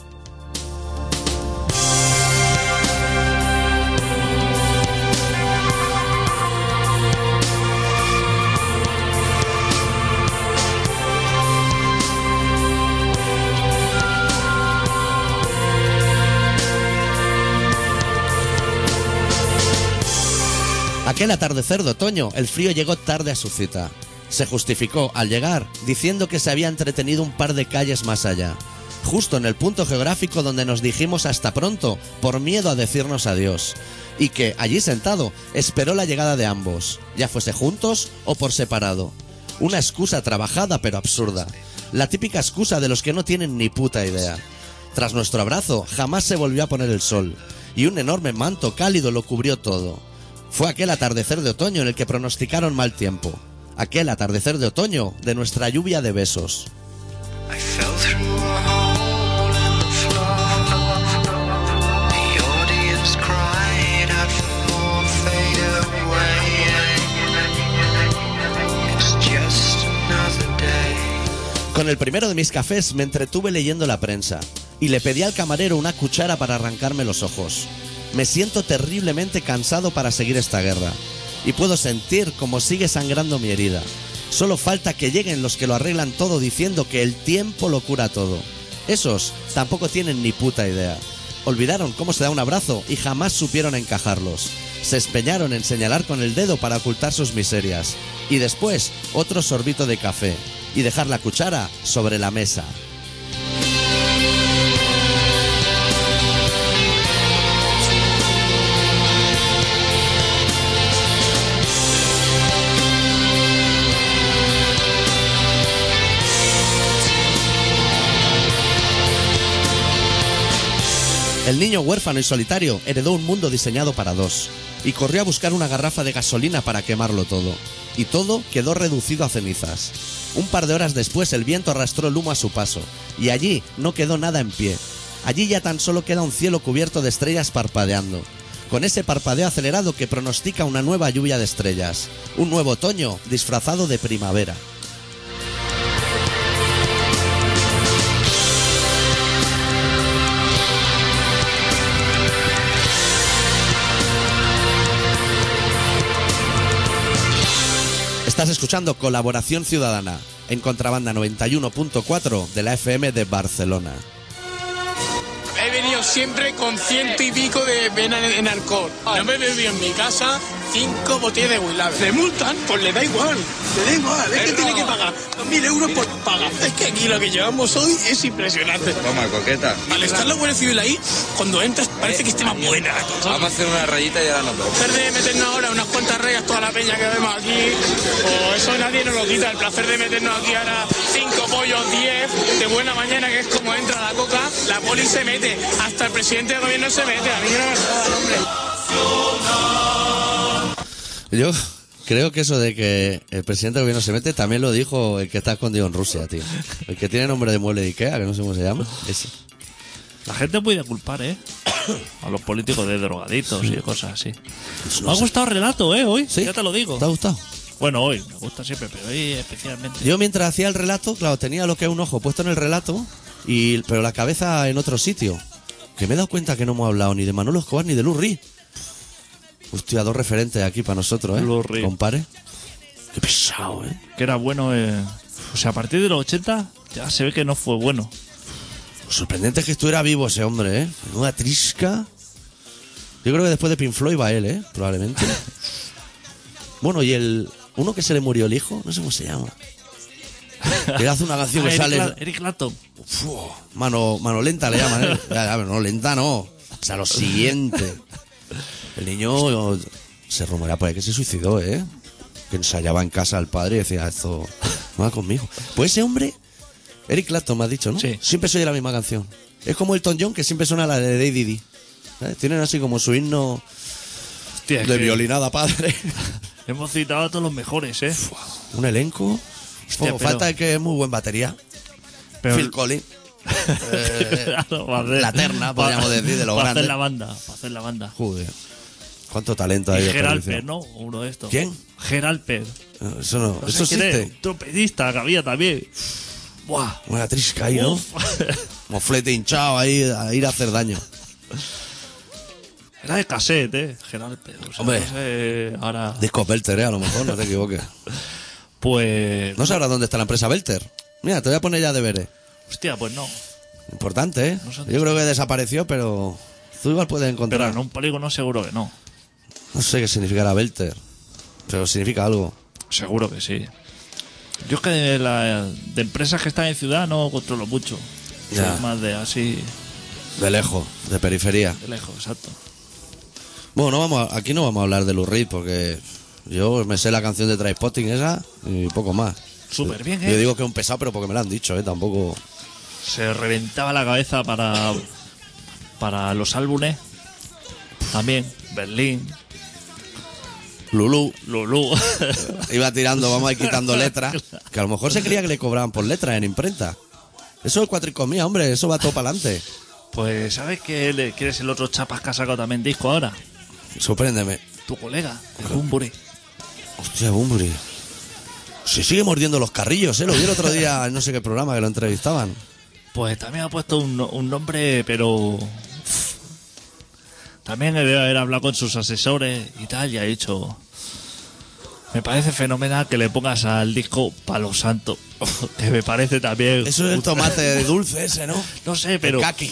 Speaker 1: Aquel atardecer de otoño, el frío llegó tarde a su cita. Se justificó al llegar diciendo que se había entretenido un par de calles más allá, justo en el punto geográfico donde nos dijimos hasta pronto por miedo a decirnos adiós, y que, allí sentado, esperó la llegada de ambos, ya fuese juntos o por separado. Una excusa trabajada pero absurda, la típica excusa de los que no tienen ni puta idea. Tras nuestro abrazo, jamás se volvió a poner el sol, y un enorme manto cálido lo cubrió todo. Fue aquel atardecer de otoño en el que pronosticaron mal tiempo. Aquel atardecer de otoño de nuestra lluvia de besos.
Speaker 3: I fell through a hole in the floor. The audience cried out for more fade away. It's just another day.
Speaker 1: Con el primero de mis cafés me entretuve leyendo la prensa y le pedí al camarero una cuchara para arrancarme los ojos. Me siento terriblemente cansado para seguir esta guerra y puedo sentir como sigue sangrando mi herida. Solo falta que lleguen los que lo arreglan todo diciendo que el tiempo lo cura todo. Esos tampoco tienen ni puta idea. Olvidaron cómo se da un abrazo y jamás supieron encajarlos. Se espeñaron en señalar con el dedo para ocultar sus miserias. Y después otro sorbito de café y dejar la cuchara sobre la mesa. El niño huérfano y solitario heredó un mundo diseñado para dos y corrió a buscar una garrafa de gasolina para quemarlo todo. Y todo quedó reducido a cenizas. Un par de horas después el viento arrastró el humo a su paso y allí no quedó nada en pie. Allí ya tan solo queda un cielo cubierto de estrellas parpadeando. Con ese parpadeo acelerado que pronostica una nueva lluvia de estrellas, un nuevo otoño disfrazado de primavera. Estás escuchando Colaboración Ciudadana en Contrabanda 91.4 de la FM de Barcelona.
Speaker 4: He venido siempre con ciento y pico de vena en alcohol. Yo me bebí en mi casa cinco botellas de Willard. Ah. Le multan, pues le da igual. Le da igual, es que tiene que pagar. Dos mil euros por paga. Es que aquí lo que llevamos hoy es impresionante.
Speaker 5: Toma, coqueta.
Speaker 4: Al estar la Guardia Civil ahí, cuando entras parece que esté más buena la cosa.
Speaker 5: Vamos a hacer una rayita y ahora nos vemos.
Speaker 4: placer de meternos ahora unas cuantas rayas toda la peña que vemos aquí, o eso nadie nos lo quita, el placer de meternos aquí ahora cinco pollos, diez, de buena mañana, que es como entra la coca, la poli se mete, hasta el presidente del gobierno se mete, a mí que no me jodan, hombre.
Speaker 1: Yo creo que eso de que el presidente del gobierno se mete también lo dijo el que está escondido en Rusia, tío. El que tiene nombre de mueble de Ikea, que no sé cómo se llama. Ese.
Speaker 2: La gente puede culpar, ¿eh? A los políticos de drogaditos y cosas así. me ha gustado el relato, ¿eh? Hoy,
Speaker 1: ¿Sí?
Speaker 2: ya te lo digo.
Speaker 1: ¿Te ha gustado?
Speaker 2: Bueno, hoy, me gusta siempre, pero hoy especialmente.
Speaker 1: Yo mientras hacía el relato, claro, tenía lo que es un ojo puesto en el relato, y, pero la cabeza en otro sitio. Que me he dado cuenta que no hemos hablado ni de Manolo Escobar ni de Lou Reed. Hostia, dos referentes aquí para nosotros, ¿eh?
Speaker 2: Lou Reed.
Speaker 1: Compare. Qué pesado, ¿eh?
Speaker 2: Que era bueno, eh, O sea, a partir de los 80 ya se ve que no fue bueno.
Speaker 1: Sorprendente es que estuviera vivo ese hombre, ¿eh? Menuda trisca. Yo creo que después de Pink Floyd va él, ¿eh? Probablemente. bueno, y el... Uno que se le murió el hijo, no sé cómo se llama. Que hace una canción
Speaker 2: Ah,
Speaker 1: que
Speaker 2: Eric,
Speaker 1: sale...
Speaker 2: La- Eric Clapton.
Speaker 1: Fu, mano, mano lenta le llaman, ¿eh? Ya, ya, pero no, lenta no. O sea, lo siguiente. El niño eh, se rumorea por ahí que se suicidó, ¿eh? Que ensayaba en casa al padre y decía, esto no va conmigo. Pues ese hombre, Eric Clapton me has dicho, ¿no?
Speaker 2: Sí.
Speaker 1: Siempre soy de la misma canción. Es como Elton John que siempre suena la de Day Diddy. ¿Sabes? Tienen así como su himno
Speaker 2: Hostia, es
Speaker 1: de
Speaker 2: que
Speaker 1: violinada padre.
Speaker 2: Hemos citado a todos los mejores, ¿eh?
Speaker 1: Un elenco.
Speaker 2: Hostia,
Speaker 1: Como
Speaker 2: pero-
Speaker 1: falta el que es muy buen batería.
Speaker 2: Pero-
Speaker 1: Phil Collins. Eh,
Speaker 2: Claro, para hacer-
Speaker 1: la terna,
Speaker 2: para-
Speaker 1: podríamos decir, de los
Speaker 2: para hacer
Speaker 1: grandes.
Speaker 2: la banda, para hacer la banda.
Speaker 1: Joder. Cuánto talento
Speaker 2: Y
Speaker 1: hay.
Speaker 2: Geralper, ¿no? Uno de estos.
Speaker 1: ¿Quién?
Speaker 2: Geralper.
Speaker 1: ¿no? Eso no.
Speaker 2: No
Speaker 1: eso
Speaker 2: sé quién es,
Speaker 1: existe.
Speaker 2: un trompetista que había también. Buah.
Speaker 1: Una trisca ahí, ¿no?
Speaker 2: Uf.
Speaker 1: Moflete hinchado ahí a ir a hacer daño.
Speaker 2: Era de cassette, eh. Geralper. O sea,
Speaker 1: Hombre.
Speaker 2: no sé, ahora.
Speaker 1: Disco Belter, ¿eh? A lo mejor, no te equivoques.
Speaker 2: Pues.
Speaker 1: No sabrás dónde está la empresa Belter. Mira, te voy a poner ya deberes.
Speaker 2: Hostia, pues no.
Speaker 1: Importante, ¿eh?
Speaker 2: No sé dónde
Speaker 1: Yo creo que desapareció, pero tú igual puedes
Speaker 2: Pero
Speaker 1: encontrar.
Speaker 2: en un polígono seguro que no.
Speaker 1: No sé qué significará Belter, pero significa algo.
Speaker 2: Seguro que sí. Yo es que de, la- de empresas que están en ciudad no controlo mucho.
Speaker 1: Ya.
Speaker 2: Soy más de así,
Speaker 1: De lejos, de periferia.
Speaker 2: de lejos, exacto.
Speaker 1: Bueno, no vamos a- aquí no vamos a hablar de Lou Reed porque yo me sé la canción de Trainspotting esa y poco más.
Speaker 2: Súper bien,
Speaker 1: Yo
Speaker 2: ¿eh?
Speaker 1: digo que es un pesado, pero porque me lo han dicho, ¿eh? Tampoco...
Speaker 2: Se reventaba la cabeza para, para los álbumes. También, Berlín,
Speaker 1: Lulú
Speaker 2: Lulú.
Speaker 1: iba tirando, vamos a ir quitando letras, que a lo mejor se creía que le cobraban por letras en imprenta. Eso es cuatricomía, hombre, eso va todo para adelante.
Speaker 2: pues, ¿sabes qué? le- ¿Quién es el otro chapas que ha sacado también disco ahora?
Speaker 1: Sorpréndeme.
Speaker 2: Tu colega, el Bumburi.
Speaker 1: Hostia, Bumbri. Se sigue mordiendo los carrillos, ¿eh? Lo vi el otro día en no sé qué programa que lo entrevistaban.
Speaker 2: Pues también ha puesto un, no- un nombre, pero. pff, También he de haber hablado con sus asesores y tal, y ha dicho. Me parece fenomenal que le pongas al disco Palo Santo. Que me parece también.
Speaker 1: Eso es el tomate de dulce ese, ¿no?
Speaker 2: No sé, pero.
Speaker 1: El kaki.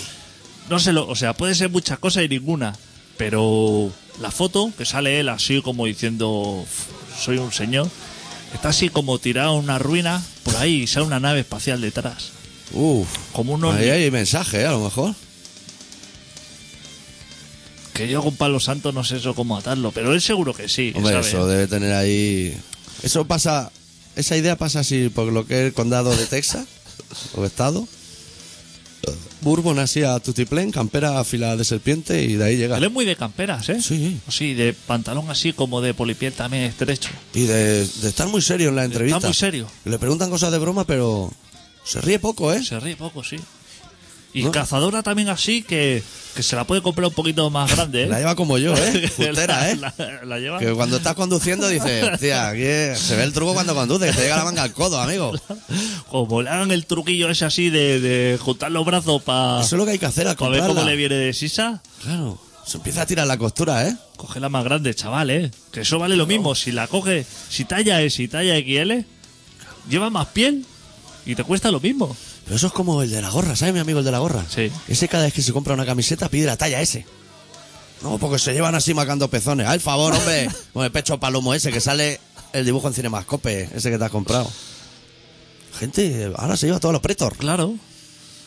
Speaker 2: No sé, lo, o sea, puede ser muchas cosas y ninguna. Pero la foto que sale él así como diciendo "Pff, soy un señor, está así como tirado en una ruina por ahí y sale una nave espacial detrás.
Speaker 1: Uf.
Speaker 2: Como un ovni.
Speaker 1: Ahí hay mensaje, ¿eh? A lo mejor.
Speaker 2: Que yo con Palo Santo no sé eso cómo atarlo, pero él seguro que sí.
Speaker 1: Hombre,
Speaker 2: ¿sabes?
Speaker 1: eso debe tener ahí. Eso pasa. Esa idea pasa así por lo que es el condado de Texas o estado. Bourbon así a tutiplén, campera a fila de serpiente y de ahí llega.
Speaker 2: Él es muy de camperas, ¿eh?
Speaker 1: Sí.
Speaker 2: Sí, de pantalón así como de polipiel también estrecho.
Speaker 1: Y de, de estar muy serio en la entrevista.
Speaker 2: muy serio.
Speaker 1: Le preguntan cosas de broma, pero se ríe poco, ¿eh?
Speaker 2: Se ríe poco, sí. Y
Speaker 1: No.
Speaker 2: cazadora también así que, que se la puede comprar un poquito más grande, ¿eh?
Speaker 1: La lleva como yo, ¿eh?
Speaker 2: La-
Speaker 1: Justera, ¿eh?
Speaker 2: la- la lleva.
Speaker 1: Que cuando estás conduciendo dices, tía, aquí se ve el truco cuando conduces, que te llega la manga al codo, amigo.
Speaker 2: Ah. Como le hagan el truquillo ese así de, de juntar los brazos para
Speaker 1: Eso es lo que hay que hacer al
Speaker 2: ver cómo
Speaker 1: comprarla.
Speaker 2: le viene de sisa,
Speaker 1: Claro. Se empieza a tirar la costura, ¿eh?
Speaker 2: coge la más grande, chaval, ¿eh? Que eso vale lo mismo. Si la coge, si talla es, si talla XL, lleva más piel y te cuesta lo mismo.
Speaker 1: Pero eso es como el de la gorra, ¿sabes, mi amigo, el de la gorra?
Speaker 2: Sí.
Speaker 1: Ese cada vez que se compra una camiseta pide la talla S. No, porque se llevan así marcando pezones. Al favor, hombre. Con el pecho palomo ese que sale el dibujo en Cinemascope, ese que te has comprado. Gente, ahora se lleva todos los pretos.
Speaker 2: Claro.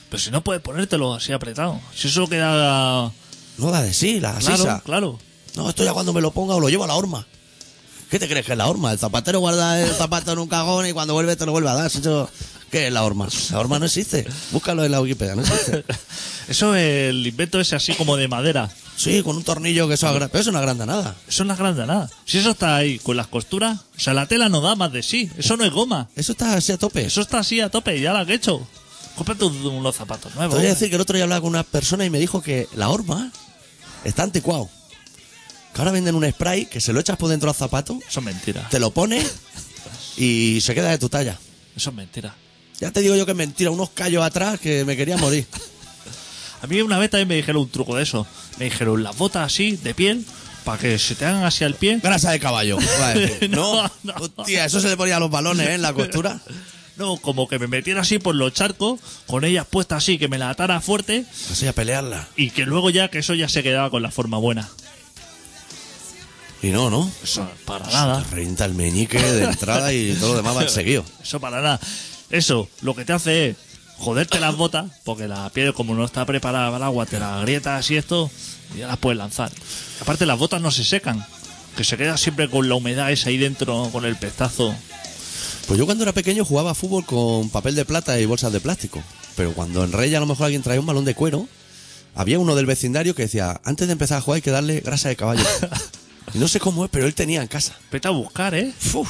Speaker 2: Pero si no puedes ponértelo así apretado. Si eso queda.
Speaker 1: No da de sí, la
Speaker 2: Claro,
Speaker 1: sisa.
Speaker 2: claro.
Speaker 1: No, esto ya cuando me lo ponga o lo llevo a la horma. ¿Qué te crees que es la horma? El zapatero guarda el zapato en un cajón y cuando vuelve te lo vuelve a dar. Si eso- ¿Qué es la horma? La horma no existe. Búscalo en la Wikipedia, no existe.
Speaker 2: Eso es el invento ese así como de madera.
Speaker 1: Sí, con un tornillo que eso agra- Pero eso no agranda nada.
Speaker 2: Eso no es grande nada. Si eso está ahí con las costuras, o sea, la tela no da más de sí. Eso no es goma.
Speaker 1: Eso está así a tope.
Speaker 2: Eso está así a tope, ya la que he hecho. Cómprate un- unos zapatos
Speaker 1: Te
Speaker 2: nuevos.
Speaker 1: voy a decir que el otro día hablaba con una persona y me dijo que la horma está anticuado. Que ahora venden un spray que se lo echas por dentro al zapato,
Speaker 2: Eso es mentira.
Speaker 1: te lo pones y se queda de tu talla.
Speaker 2: Eso es mentira.
Speaker 1: Ya te digo yo que es mentira, unos callos atrás que me quería morir.
Speaker 2: A mí una vez también me dijeron un truco de eso. Me dijeron las botas así, de piel, para que se te hagan hacia el pie.
Speaker 1: Grasa de caballo. va a decir. no,
Speaker 2: No, no.
Speaker 1: Hostia, eso se le ponía a los balones ¿eh? en la costura.
Speaker 2: No, como que me metiera así por los charcos, con ellas puestas así, que me la atara fuerte
Speaker 1: Así a pelearla.
Speaker 2: y que luego ya que eso ya se quedaba con la forma buena.
Speaker 1: Y no, ¿no?
Speaker 2: Eso para nada.
Speaker 1: Te revienta el meñique de entrada y todo lo demás va seguido.
Speaker 2: Eso para nada. Eso lo que te hace es joderte las botas, porque la piel como no está preparada para el agua, te las grietas y esto, y ya las puedes lanzar. Aparte las botas no se secan, que se queda siempre con la humedad esa ahí dentro, con el pestazo.
Speaker 1: Pues yo cuando era pequeño jugaba a fútbol con papel de plata y bolsas de plástico. Pero cuando en Rey a lo mejor alguien traía un balón de cuero, había uno del vecindario que decía, antes de empezar a jugar hay que darle grasa de caballo. y no sé cómo es, pero él tenía en casa.
Speaker 2: Vete a buscar, ¿eh?
Speaker 1: Uf,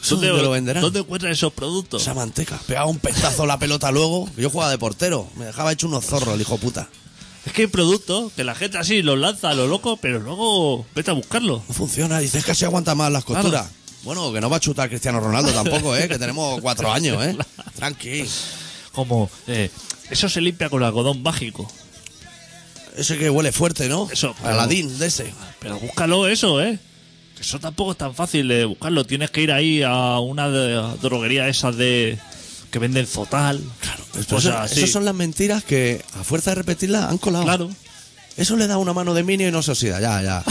Speaker 1: eso ¿Dónde lo venderán?
Speaker 2: ¿Dónde encuentras esos productos?
Speaker 1: Esa manteca. Pegaba un pestazo a la pelota luego. Yo jugaba de portero. Me dejaba hecho unos zorros, el hijo puta.
Speaker 2: Es que hay productos que la gente así los lanza a lo loco, pero luego vete a buscarlos.
Speaker 1: No funciona. Dices que así aguanta más las costuras.
Speaker 2: Claro.
Speaker 1: Bueno, que no va a chutar Cristiano Ronaldo tampoco, ¿eh? Que tenemos cuatro años, ¿eh? Tranqui.
Speaker 2: Como, eh, eso se limpia con algodón mágico.
Speaker 1: Ese que huele fuerte, ¿no?
Speaker 2: Eso, claro.
Speaker 1: Aladín, de ese.
Speaker 2: Pero búscalo eso, ¿eh? Que Eso tampoco es tan fácil de buscarlo. Tienes que ir ahí a una de- a droguería esas de que venden zotal. Claro,
Speaker 1: Pero Pues eso- Esas son las mentiras que a fuerza de repetirlas han colado.
Speaker 2: Claro.
Speaker 1: Eso le da una mano de minio y no se oxida, ya, ya.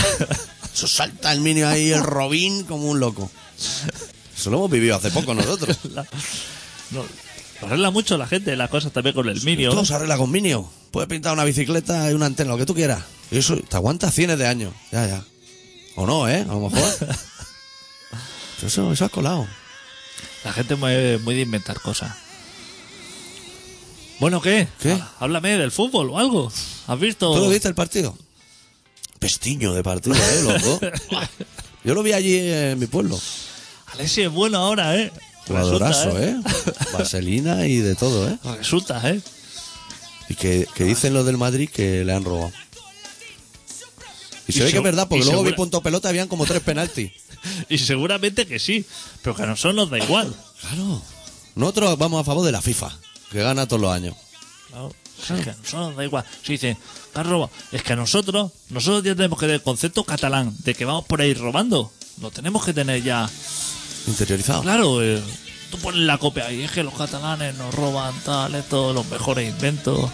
Speaker 1: Eso salta el minio ahí, el robín, como un loco. Eso lo hemos vivido hace poco nosotros.
Speaker 2: No, lo arregla mucho la gente las cosas también con el minio.
Speaker 1: Todo se arregla con minio. Puedes pintar una bicicleta y una antena, lo que tú quieras. Y eso te aguanta cientos de años, ya, ya. O no, ¿eh? A lo mejor. Pero eso, eso ha colado.
Speaker 2: La gente es muy, muy de inventar cosas. Bueno, ¿qué?
Speaker 1: ¿Qué?
Speaker 2: Ah, Háblame del fútbol o algo. ¿Has visto?
Speaker 1: ¿Tú lo viste el partido? Pestiño de partido, ¿eh, loco? Yo lo vi allí en mi pueblo.
Speaker 2: Alessi es bueno ahora, ¿eh?
Speaker 1: Jugadorazo,
Speaker 2: Resulta,
Speaker 1: ¿eh? Vaselina y de todo, ¿eh?
Speaker 2: Resulta, ¿eh?
Speaker 1: Y que, que dicen los del Madrid que le han robado. Y se
Speaker 2: Y
Speaker 1: ve que
Speaker 2: segu-
Speaker 1: es verdad, porque
Speaker 2: y
Speaker 1: luego vi
Speaker 2: segura-
Speaker 1: punto pelota habían como tres penaltis.
Speaker 2: Y seguramente que sí, pero que a nosotros nos da igual.
Speaker 1: Claro. Nosotros vamos a favor de la FIFA, que gana todos los años.
Speaker 2: Claro, Es que a nosotros nos da igual. Si dicen, "Te has robado", es que a nosotros, nosotros ya tenemos que tener el concepto catalán de que vamos por ahí robando. Lo tenemos que tener ya.
Speaker 1: Interiorizado.
Speaker 2: Claro, eh, tú pones la copia ahí, es que los catalanes nos roban tal, esto, los mejores inventos,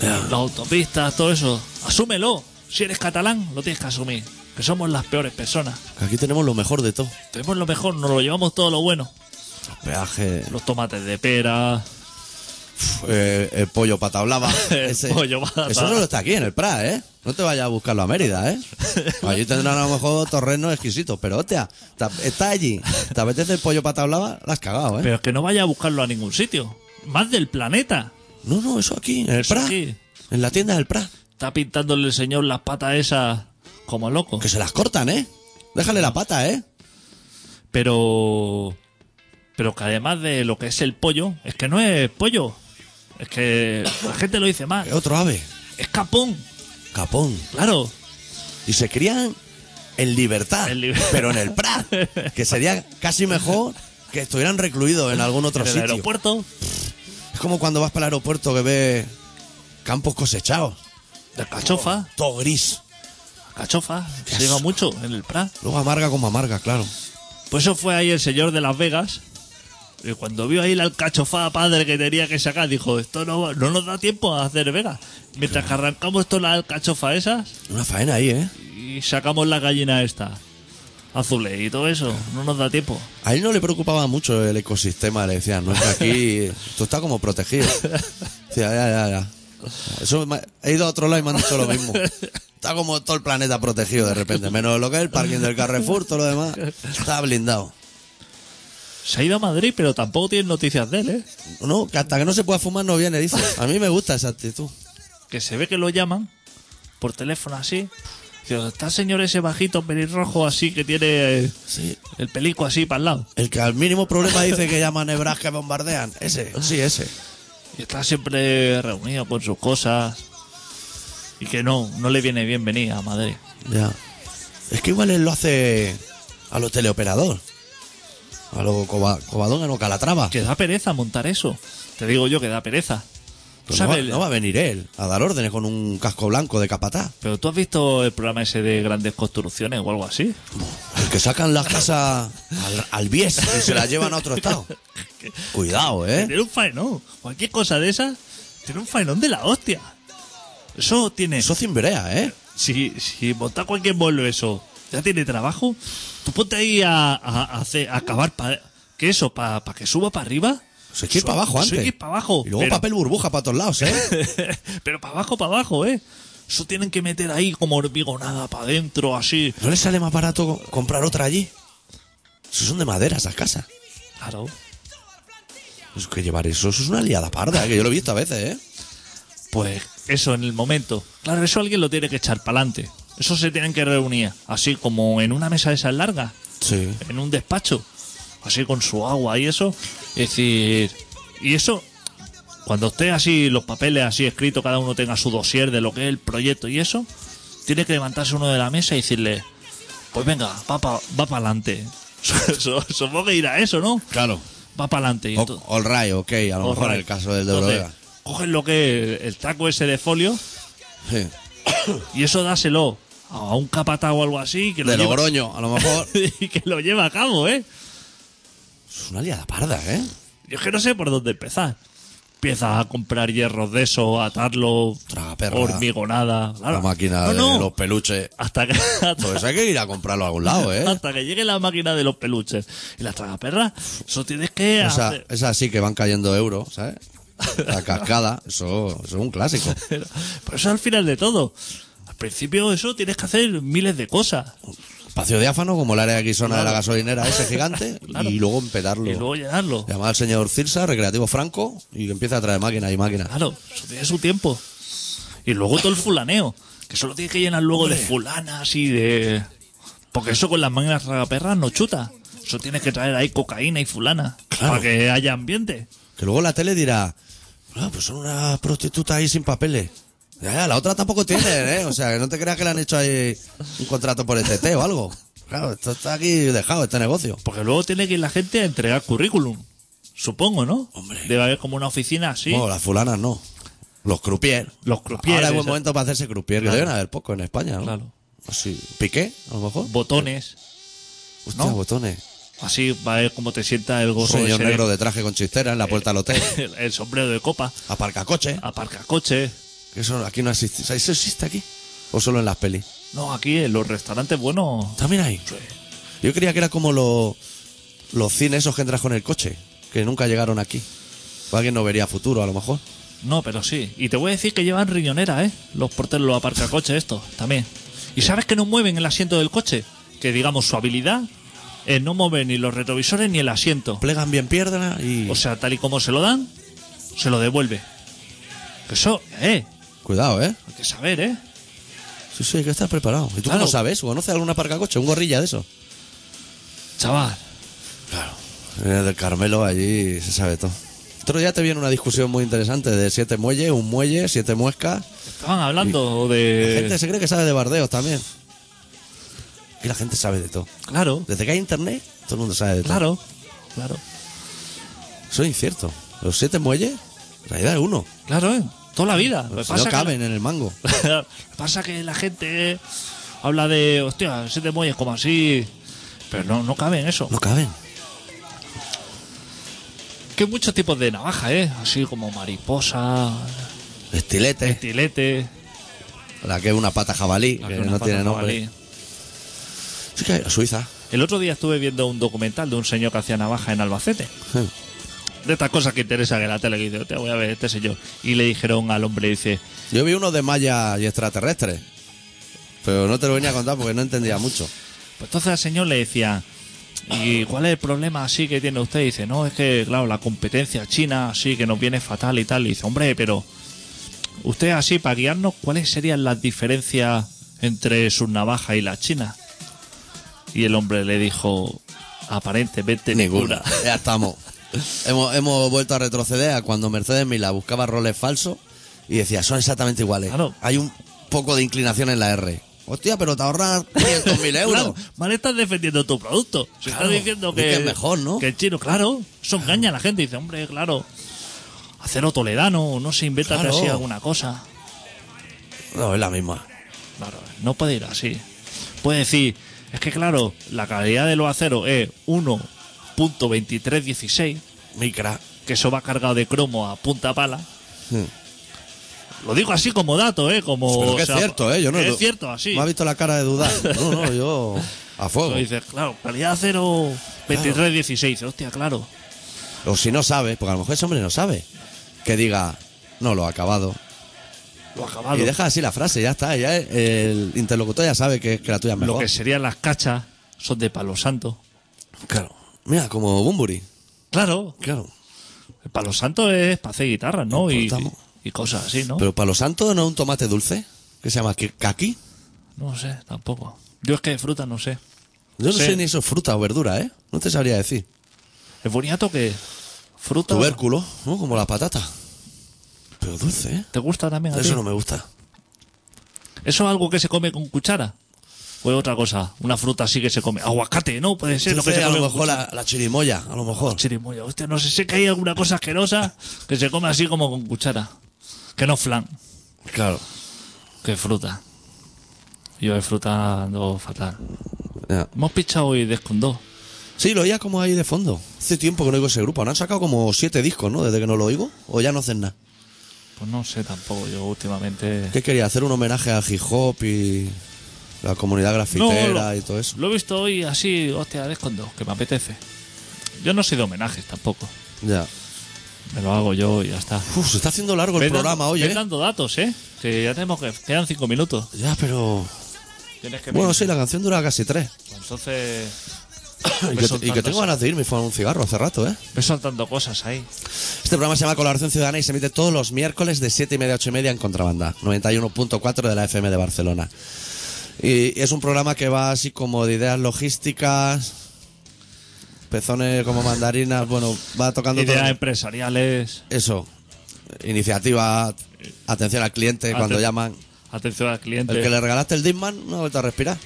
Speaker 2: las autopistas, todo eso. Asúmelo. Si eres catalán, lo tienes que asumir. Que somos las peores personas.
Speaker 1: Que Aquí tenemos lo mejor de todo.
Speaker 2: Tenemos lo mejor, nos lo llevamos todo lo bueno.
Speaker 1: Peaje,
Speaker 2: Los tomates de pera,
Speaker 1: eh, el pollo patablava.
Speaker 2: El pollo pata.
Speaker 1: Eso solo está aquí, en el Prat, ¿eh? No te vayas a buscarlo a Mérida, ¿eh? Allí tendrán a lo mejor terrenos exquisitos, pero hostia, ta- está allí. ¿Te apetece el pollo patablava? La has cagado, ¿eh?
Speaker 2: Pero es que no vaya a buscarlo a ningún sitio. más del planeta.
Speaker 1: No, no, eso aquí, en el
Speaker 2: Eso
Speaker 1: Prat.
Speaker 2: aquí.
Speaker 1: En la tienda del Prat.
Speaker 2: Está pintándole el señor las patas esas como loco.
Speaker 1: Que se las cortan, ¿eh? Déjale la pata, ¿eh?
Speaker 2: Pero. Pero que además de lo que es el pollo, es que no es pollo. Es que la gente lo dice más.
Speaker 1: Es otro ave.
Speaker 2: Es capón,
Speaker 1: Capón.
Speaker 2: claro.
Speaker 1: Y se crían en libertad.
Speaker 2: En liber-
Speaker 1: Pero en el Prat. Que sería casi mejor que estuvieran recluidos en algún otro
Speaker 2: en el
Speaker 1: sitio.
Speaker 2: aeropuerto,
Speaker 1: Es como cuando vas para el aeropuerto que ves campos cosechados.
Speaker 2: la cachofa,
Speaker 1: Todo gris.
Speaker 2: la cachofa, se lleva mucho en el Prat.
Speaker 1: Luego amarga como amarga, claro.
Speaker 2: Pues eso fue ahí el señor de Las Vegas. Y cuando vio ahí la alcachofada padre que tenía que sacar, dijo, esto no, no nos da tiempo a hacer Vegas. Mientras que arrancamos todas las alcachofas esas
Speaker 1: Una faena ahí, ¿eh?
Speaker 2: y sacamos la gallina esta. Azules y todo eso, no nos da tiempo.
Speaker 1: A él no le preocupaba mucho el ecosistema, le decían, no, es que aquí tú estás como protegido. Decía, ya, ya, ya. Eso me- he ido a otro lado y me han dicho lo mismo. Está como todo el planeta protegido de repente, menos lo que es el parking del Carrefour, todo lo demás. Está blindado.
Speaker 2: Se ha ido a Madrid, pero tampoco tienen noticias de él, ¿eh?
Speaker 1: No, que hasta que no se pueda fumar no viene, dice. A mí me gusta esa actitud.
Speaker 2: Que se ve que lo llaman por teléfono así. Dice, "¿Dónde está el señor ese bajito pelirrojo así que tiene eh,
Speaker 1: Sí.
Speaker 2: el pelico así para el lado.
Speaker 1: El que al mínimo problema dice que llaman hebras que bombardean. Ese, sí, ese.
Speaker 2: Y está siempre reunido con sus cosas. Y que no, no le viene bien venir a Madrid.
Speaker 1: Ya. Es que igual él lo hace a los teleoperador. A los coba, Covadonga, no, Calatrava.
Speaker 2: Que da pereza montar eso. Te digo yo que da pereza. Tú
Speaker 1: Pues no,
Speaker 2: sabes
Speaker 1: va,
Speaker 2: el-
Speaker 1: no va a venir él a dar órdenes con un casco blanco de capataz.
Speaker 2: Pero tú has visto el programa ese de grandes construcciones o algo así.
Speaker 1: El que sacan las casas al, al bies y se las llevan a otro estado. Cuidado, ¿eh?
Speaker 2: Tiene un faenón. Cualquier cosa de esas, tiene un faenón de la hostia. Eso tiene.
Speaker 1: Eso cimbrea, ¿eh?
Speaker 2: si, si montar cualquier vuelo eso ya tiene trabajo, tú ponte ahí a, a- a hacer, a acabar pa- que eso, para que suba para arriba.
Speaker 1: Eso hay que ir
Speaker 2: Su-
Speaker 1: para abajo
Speaker 2: eso hay
Speaker 1: antes.
Speaker 2: que ir para abajo.
Speaker 1: Y luego
Speaker 2: pero,
Speaker 1: papel burbuja para todos lados, ¿eh?
Speaker 2: pero para abajo, para abajo, ¿eh? Eso tienen que meter ahí como hormigonada para adentro, así.
Speaker 1: ¿No les sale más barato co- comprar otra allí? Eso son de madera esas casas.
Speaker 2: Claro.
Speaker 1: Es que llevar eso, eso es una liada parda, ¿eh? que yo lo he visto a veces, ¿eh?
Speaker 2: Pues eso en el momento. Claro, eso alguien lo tiene que echar para adelante. Eso se tienen que reunir, así como en una mesa de esas largas.
Speaker 1: Sí.
Speaker 2: en un despacho, así con su agua y eso. Es decir, y eso, cuando esté así, los papeles así escritos, cada uno tenga su dossier de lo que es el proyecto y eso, tiene que levantarse uno de la mesa y decirle, pues venga, va para va adelante. Supongo que irá eso, ¿no?
Speaker 1: Claro.
Speaker 2: Va para adelante.
Speaker 1: O, all right, ok, a lo mejor en el caso del de Eurolega.
Speaker 2: Cogen lo que es el taco ese de folio
Speaker 1: Sí.
Speaker 2: y eso dáselo a un capataz o algo así que lo,
Speaker 1: De
Speaker 2: lleva,
Speaker 1: Logroño, a lo mejor.
Speaker 2: y que lo lleva a cabo, ¿eh?
Speaker 1: es una liada parda, ¿eh?
Speaker 2: Yo es que no sé por dónde empezar. Empiezas a comprar hierros de eso, atarlo,
Speaker 1: Traga perra.
Speaker 2: hormigonada. claro.
Speaker 1: La máquina
Speaker 2: No,
Speaker 1: de
Speaker 2: no.
Speaker 1: los peluches.
Speaker 2: Hasta que, hasta,
Speaker 1: Pues hay que ir a comprarlo a algún lado, ¿eh?
Speaker 2: hasta que llegue la máquina de los peluches y las tragaperras, eso tienes que
Speaker 1: Esa,
Speaker 2: hacer.
Speaker 1: esa sí que van cayendo euros, ¿sabes? La cascada, eso, eso es un clásico.
Speaker 2: Pero eso al final de todo. Al principio eso tienes que hacer miles de cosas.
Speaker 1: Espacio diáfano, como el área guisona de la gasolinera, ese gigante,
Speaker 2: Claro.
Speaker 1: y luego empedarlo.
Speaker 2: Y luego llenarlo.
Speaker 1: Llamar al señor Cirsa, recreativo Franco, y que empieza a traer máquina y máquina.
Speaker 2: Claro, eso tiene su tiempo. Y luego todo el fulaneo, que solo tienes que llenar luego de fulanas y de... Porque eso con las máquinas tragaperras no chuta. Eso tienes que traer ahí cocaína y fulana
Speaker 1: Claro.
Speaker 2: para que haya ambiente.
Speaker 1: Que luego la tele dirá, "Ah, pues son una prostituta ahí sin papeles. Ya, ya, la otra tampoco tiene, ¿eh? O sea, que no te creas que le han hecho ahí un contrato por el TT o algo. Claro, esto está aquí dejado, este negocio.
Speaker 2: Porque luego tiene que ir la gente a entregar currículum. Supongo, ¿no?
Speaker 1: Hombre.
Speaker 2: Debe haber como una oficina así.
Speaker 1: Bueno, las fulanas no. Los croupiers.
Speaker 2: Los croupiers,
Speaker 1: Ahora es buen
Speaker 2: esa-
Speaker 1: momento para hacerse croupier, que deben haber poco en España, ¿no?
Speaker 2: Claro.
Speaker 1: Así, piqué, a lo mejor.
Speaker 2: Botones.
Speaker 1: Hostia,
Speaker 2: ¿no?
Speaker 1: botones.
Speaker 2: Así va a ver cómo te sienta el
Speaker 1: Un
Speaker 2: gorro
Speaker 1: señor
Speaker 2: ese de-
Speaker 1: negro de traje con chistera
Speaker 2: Eh.
Speaker 1: en la puerta del hotel.
Speaker 2: El, el sombrero de copa.
Speaker 1: Aparcacoche.
Speaker 2: Aparca coche.
Speaker 1: Que Eso aquí no existe. O sea, ¿Eso existe aquí? ¿O solo en las pelis?
Speaker 2: No, aquí en los restaurantes buenos...
Speaker 1: También hay. Yo creía que era como lo- los cines esos que entras con el coche, que nunca llegaron aquí. O alguien no vería futuro, a lo mejor.
Speaker 2: No, pero sí. Y te voy a decir que llevan riñonera, ¿eh? Los porteros, los aparcacoches estos, también. ¿Y sabes que no mueven el asiento del coche? Que digamos, su habilidad es no mover ni los retrovisores ni el asiento.
Speaker 1: Plegan bien piernas y.
Speaker 2: O sea, tal y como se lo dan, se lo devuelve. Que Eso, eh,
Speaker 1: Cuidado, ¿eh?
Speaker 2: hay que saber, eh.
Speaker 1: Sí, sí, hay que estar preparado. ¿Y tú
Speaker 2: Claro.
Speaker 1: cómo sabes? ¿Conoces algún aparcacoche? ¿Un gorrilla de eso?
Speaker 2: Chaval,
Speaker 1: En el Eh, del Carmelo allí se sabe todo. Otro día te viene una discusión muy interesante de siete muelles, un muelle, siete muescas.
Speaker 2: estaban hablando
Speaker 1: La
Speaker 2: de.
Speaker 1: gente se cree que sabe de bardeos también. Y la gente sabe de todo.
Speaker 2: Claro,
Speaker 1: Desde que hay internet, todo el mundo sabe de todo.
Speaker 2: claro, claro,
Speaker 1: Eso es incierto. Los siete muelles, en realidad es uno.
Speaker 2: claro, eh. Toda la vida. Lo que
Speaker 1: Si no
Speaker 2: pasa que-
Speaker 1: caben en el mango.
Speaker 2: Lo que pasa que la gente habla de, hostia, siete muelles como así. Pero no, no cabe en eso.
Speaker 1: No caben.
Speaker 2: Que hay muchos tipos de navaja, ¿eh? Así como mariposa,
Speaker 1: Estilete,
Speaker 2: estilete.
Speaker 1: la que es una pata jabalí,
Speaker 2: la
Speaker 1: que,
Speaker 2: que una
Speaker 1: no
Speaker 2: pata
Speaker 1: tiene
Speaker 2: jabalí.
Speaker 1: nombre. Sí que hay- Suiza.
Speaker 2: El otro día estuve viendo un documental de un señor que hacía navaja en Albacete. De estas cosas que interesan en la tele, que dice, te voy a ver este señor. Y le dijeron al hombre, dice,
Speaker 1: Yo vi uno de malla y extraterrestres. Pero no te lo venía a contar porque no entendía mucho.
Speaker 2: Pues entonces al señor le decía, ¿y cuál es el problema así que tiene usted? Y dice, no, es que, claro, la competencia china así que nos viene fatal y tal. Y dice, hombre, pero usted así, para guiarnos, ¿cuáles serían las diferencias entre sus navajas y las chinas? Y el hombre le dijo, aparentemente ninguna.
Speaker 1: Ya estamos. hemos, hemos vuelto a retroceder a cuando Mercedes Mila buscaba roles falsos y decía, son exactamente iguales.
Speaker 2: Claro.
Speaker 1: Hay un poco de inclinación en la R. Hostia, pero te ahorras 500.000 euros.
Speaker 2: Claro, mal estás defendiendo tu producto. Se
Speaker 1: Claro,
Speaker 2: está diciendo
Speaker 1: di
Speaker 2: que,
Speaker 1: que es mejor, ¿no?
Speaker 2: Que el chino, claro, eso engaña a la gente. Dice, hombre, claro, acero toledano, no se inventa
Speaker 1: Claro.
Speaker 2: así alguna cosa.
Speaker 1: No, es la misma.
Speaker 2: Claro, no puede ir así. Puede decir, es que claro, la calidad de los aceros es 1.2316,
Speaker 1: Micra.
Speaker 2: que eso va cargado de cromo a punta pala.
Speaker 1: Hmm.
Speaker 2: Lo digo así como dato, ¿eh? Como,
Speaker 1: Pero
Speaker 2: o
Speaker 1: que es
Speaker 2: sea,
Speaker 1: cierto, ¿eh? Yo no,
Speaker 2: Es cierto, así.
Speaker 1: Me ha visto la cara de dudar. No, no, yo... A fuego.
Speaker 2: Pero dices, claro, calidad de acero 2316, Dices, hostia, claro.
Speaker 1: O si no sabe, porque a lo mejor ese hombre no sabe. Que diga, no, lo ha acabado.
Speaker 2: Lo acabado.
Speaker 1: Y deja así la frase, ya está. Ya el interlocutor ya sabe que, que la tuya es
Speaker 2: Lo
Speaker 1: mejor.
Speaker 2: que serían las cachas son de palo santo.
Speaker 1: Claro. Mira, como Bumburi.
Speaker 2: Claro,
Speaker 1: Claro.
Speaker 2: el palo santo es para hacer guitarras, ¿no?
Speaker 1: No
Speaker 2: y,
Speaker 1: importamos.
Speaker 2: y cosas así, ¿no?
Speaker 1: Pero para los santos no es un tomate dulce, que se llama que- kaki.
Speaker 2: No sé, tampoco. Yo es que de fruta no sé.
Speaker 1: Yo no
Speaker 2: Sí.
Speaker 1: sé ni eso es fruta o verdura, ¿eh? No te sabría decir.
Speaker 2: ¿El boniato que Fruta.
Speaker 1: Tubérculo, ¿no? Como la patata. Pero dulce, ¿eh?
Speaker 2: ¿Te gusta también? a ti?
Speaker 1: Eso no me gusta.
Speaker 2: ¿Eso es algo que se come con cuchara? ¿O es otra cosa? Una fruta así que se come. Aguacate, ¿no? Puede ser
Speaker 1: Dulce,
Speaker 2: lo que se
Speaker 1: a
Speaker 2: come
Speaker 1: lo
Speaker 2: con
Speaker 1: mejor
Speaker 2: cuchara.
Speaker 1: la, la chirimoya, a lo mejor.
Speaker 2: Chirimoya. Hostia, no sé, sé que hay alguna cosa asquerosa que se come así como con cuchara. Que no flan,
Speaker 1: Claro.
Speaker 2: que es fruta. Yo de fruta ando fatal.
Speaker 1: Ya.
Speaker 2: Hemos pichado hoy descondó.
Speaker 1: Sí, lo oía como ahí de fondo. Hace tiempo que no oigo ese grupo. ¿No han sacado como siete discos, no? Desde que no lo oigo. O ya no hacen nada.
Speaker 2: Pues no sé tampoco, yo últimamente...
Speaker 1: ¿Qué quería? ¿Hacer un homenaje a hip hop y la comunidad grafitera
Speaker 2: lo-
Speaker 1: y todo eso?
Speaker 2: Lo he visto hoy así, hostia, descondó, que me apetece. Yo no soy de homenajes tampoco.
Speaker 1: Ya.
Speaker 2: Me lo hago yo y ya está.
Speaker 1: Uf, se está haciendo largo el
Speaker 2: Ves
Speaker 1: programa,
Speaker 2: dando,
Speaker 1: oye.
Speaker 2: ves dando datos, ¿eh? Que ya tenemos que... Quedan cinco minutos.
Speaker 1: Ya, pero...
Speaker 2: Tienes que...
Speaker 1: Bueno,
Speaker 2: ver.
Speaker 1: sí, la canción dura casi tres.
Speaker 2: Entonces...
Speaker 1: Y
Speaker 2: Ves
Speaker 1: que,
Speaker 2: soltando
Speaker 1: y que tengo
Speaker 2: esa-
Speaker 1: ganas de irme fue a un cigarro hace rato, ¿eh?
Speaker 2: Ves saltando cosas ahí.
Speaker 1: Este programa se llama Colaboración Ciudadana y se emite todos los miércoles de 7 y media a 8 y media en Contrabanda, 91.4 de la FM de Barcelona. Y es un programa que va así como de ideas logísticas, pezones como mandarinas, bueno, va tocando todo.
Speaker 2: Ideas empresariales.
Speaker 1: Eso, iniciativa, atención al cliente cuando
Speaker 2: aten-
Speaker 1: llaman.
Speaker 2: Atención al cliente.
Speaker 1: El que le regalaste el Disman no ha vuelto a respirar.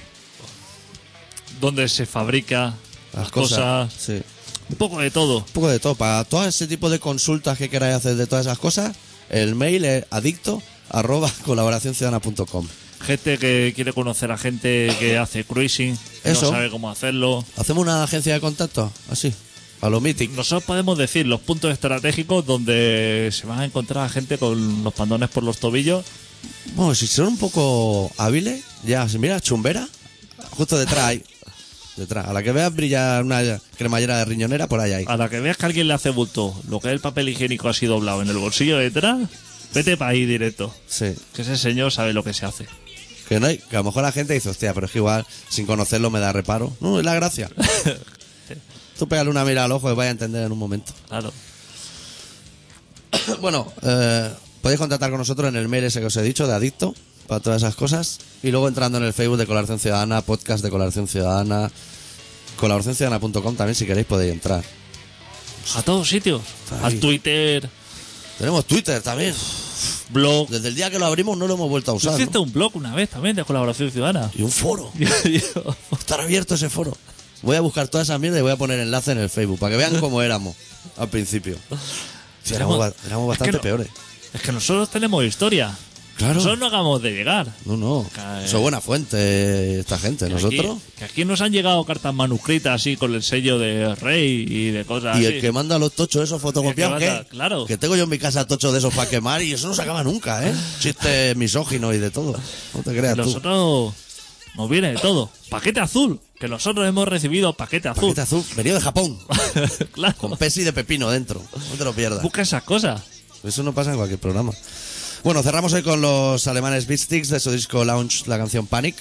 Speaker 2: Donde se fabrica las, cosas.
Speaker 1: Sí.
Speaker 2: Un poco de todo.
Speaker 1: un poco de todo. Para todo ese tipo de consultas que queráis hacer de todas esas cosas, el mail es adicto arroba colaboracionciudadana.com.
Speaker 2: Gente que quiere conocer a gente que hace cruising. que
Speaker 1: Eso.
Speaker 2: No sabe cómo hacerlo.
Speaker 1: ¿Hacemos una agencia de contacto? Así, a lo mítico.
Speaker 2: Nosotros podemos decir los puntos estratégicos donde se van a encontrar a gente con los pandones por los tobillos.
Speaker 1: Bueno, si son un poco hábiles, ya, si mira, chumbera, justo detrás hay. Detrás, a la que veas brillar una cremallera de riñonera, por ahí hay.
Speaker 2: A la que veas que alguien le hace bulto, lo que es el papel higiénico así doblado en el bolsillo de detrás, vete para ahí directo.
Speaker 1: Sí.
Speaker 2: Que ese señor sabe lo que se hace.
Speaker 1: Que, no hay, que a lo mejor la gente dice, hostia, pero es que igual sin conocerlo me da reparo. No, es la gracia. Tú pégale una mira al ojo y vaya a entender en un momento.
Speaker 2: Claro.
Speaker 1: Bueno, eh, podéis contactar con nosotros en el mail ese que os he dicho, de Adicto, para todas esas cosas. Y luego entrando en el Facebook de Colaboración Ciudadana, podcast de Colaboración Ciudadana, colaboracionciudadana.com también, si queréis podéis entrar.
Speaker 2: A todos sitios.
Speaker 1: Ahí.
Speaker 2: Al Twitter,
Speaker 1: Tenemos Twitter también.
Speaker 2: blog.
Speaker 1: Desde el día que lo abrimos no lo hemos vuelto a
Speaker 2: Tú
Speaker 1: usar.
Speaker 2: hiciste
Speaker 1: ¿no?
Speaker 2: un blog una vez también de colaboración ciudadana.
Speaker 1: Y un foro.
Speaker 2: Yo-
Speaker 1: Estar abierto ese foro. Voy a buscar toda esa mierda y voy a poner enlace en el Facebook para que vean cómo éramos al principio. Sí, éramos, ba- éramos
Speaker 2: es que
Speaker 1: bastante
Speaker 2: no-
Speaker 1: peores.
Speaker 2: Es que nosotros tenemos historia.
Speaker 1: Claro.
Speaker 2: Nosotros no acabamos de llegar.
Speaker 1: No, no.
Speaker 2: Cae.
Speaker 1: Son buena fuente esta gente.
Speaker 2: Que
Speaker 1: Nosotros.
Speaker 2: aquí- que aquí nos han llegado cartas manuscritas así con el sello de rey y de cosas
Speaker 1: Y
Speaker 2: así.
Speaker 1: el que manda los tochos esos fotocopiados,
Speaker 2: El que manda,
Speaker 1: ¿qué?
Speaker 2: claro.
Speaker 1: Que tengo yo en mi casa tochos de esos para quemar y eso no se acaba nunca, ¿eh? Chistes misóginos y de todo. No te creas tú.
Speaker 2: Nosotros nos viene de todo. Paquete azul. Que nosotros hemos recibido paquete azul.
Speaker 1: Paquete azul, venido de Japón.
Speaker 2: claro.
Speaker 1: Con pesi de pepino dentro. No te lo pierdas.
Speaker 2: Busca esas cosas.
Speaker 1: Eso no pasa en cualquier programa. Bueno, cerramos hoy con los alemanes Beatsticks de su disco Launch, la canción Panic.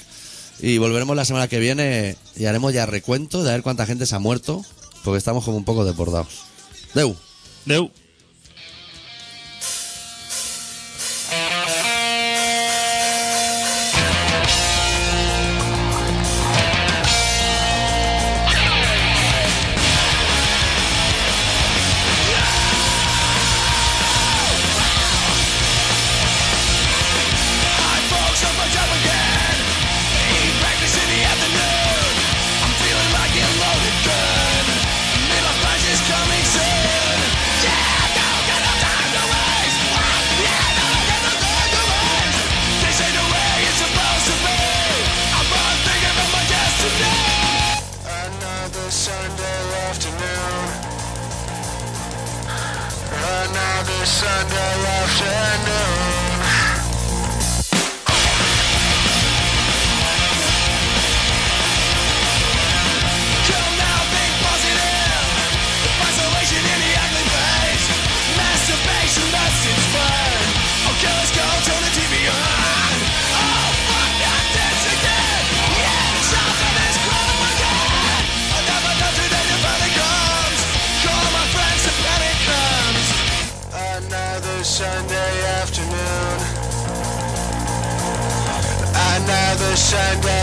Speaker 1: Y volveremos la semana que viene y haremos ya recuento de a ver cuánta gente se ha muerto, porque estamos como un poco desbordados. Deu.
Speaker 2: Deu.
Speaker 6: I'm folks up my job again. Eat breakfast in the afternoon. I'm feeling like a loaded gun. Middle class is coming soon. Yeah, don't got no time to waste. Ah, Yeah, don't got no time to waste. This ain't the way it's supposed to be. I'm not thinking about my destiny.
Speaker 3: Another Sunday afternoon. Another Sunday afternoon.
Speaker 6: Come now, think positive. Isolation in the ugly face. Masturbation, that's its fun. Okay, let's go, turn the TV on. Oh, fuck, not this again. Yeah, something is crime again. I'll never know today the panic comes. Call my friends, the panic comes.
Speaker 3: Another Sunday afternoon. Another Sunday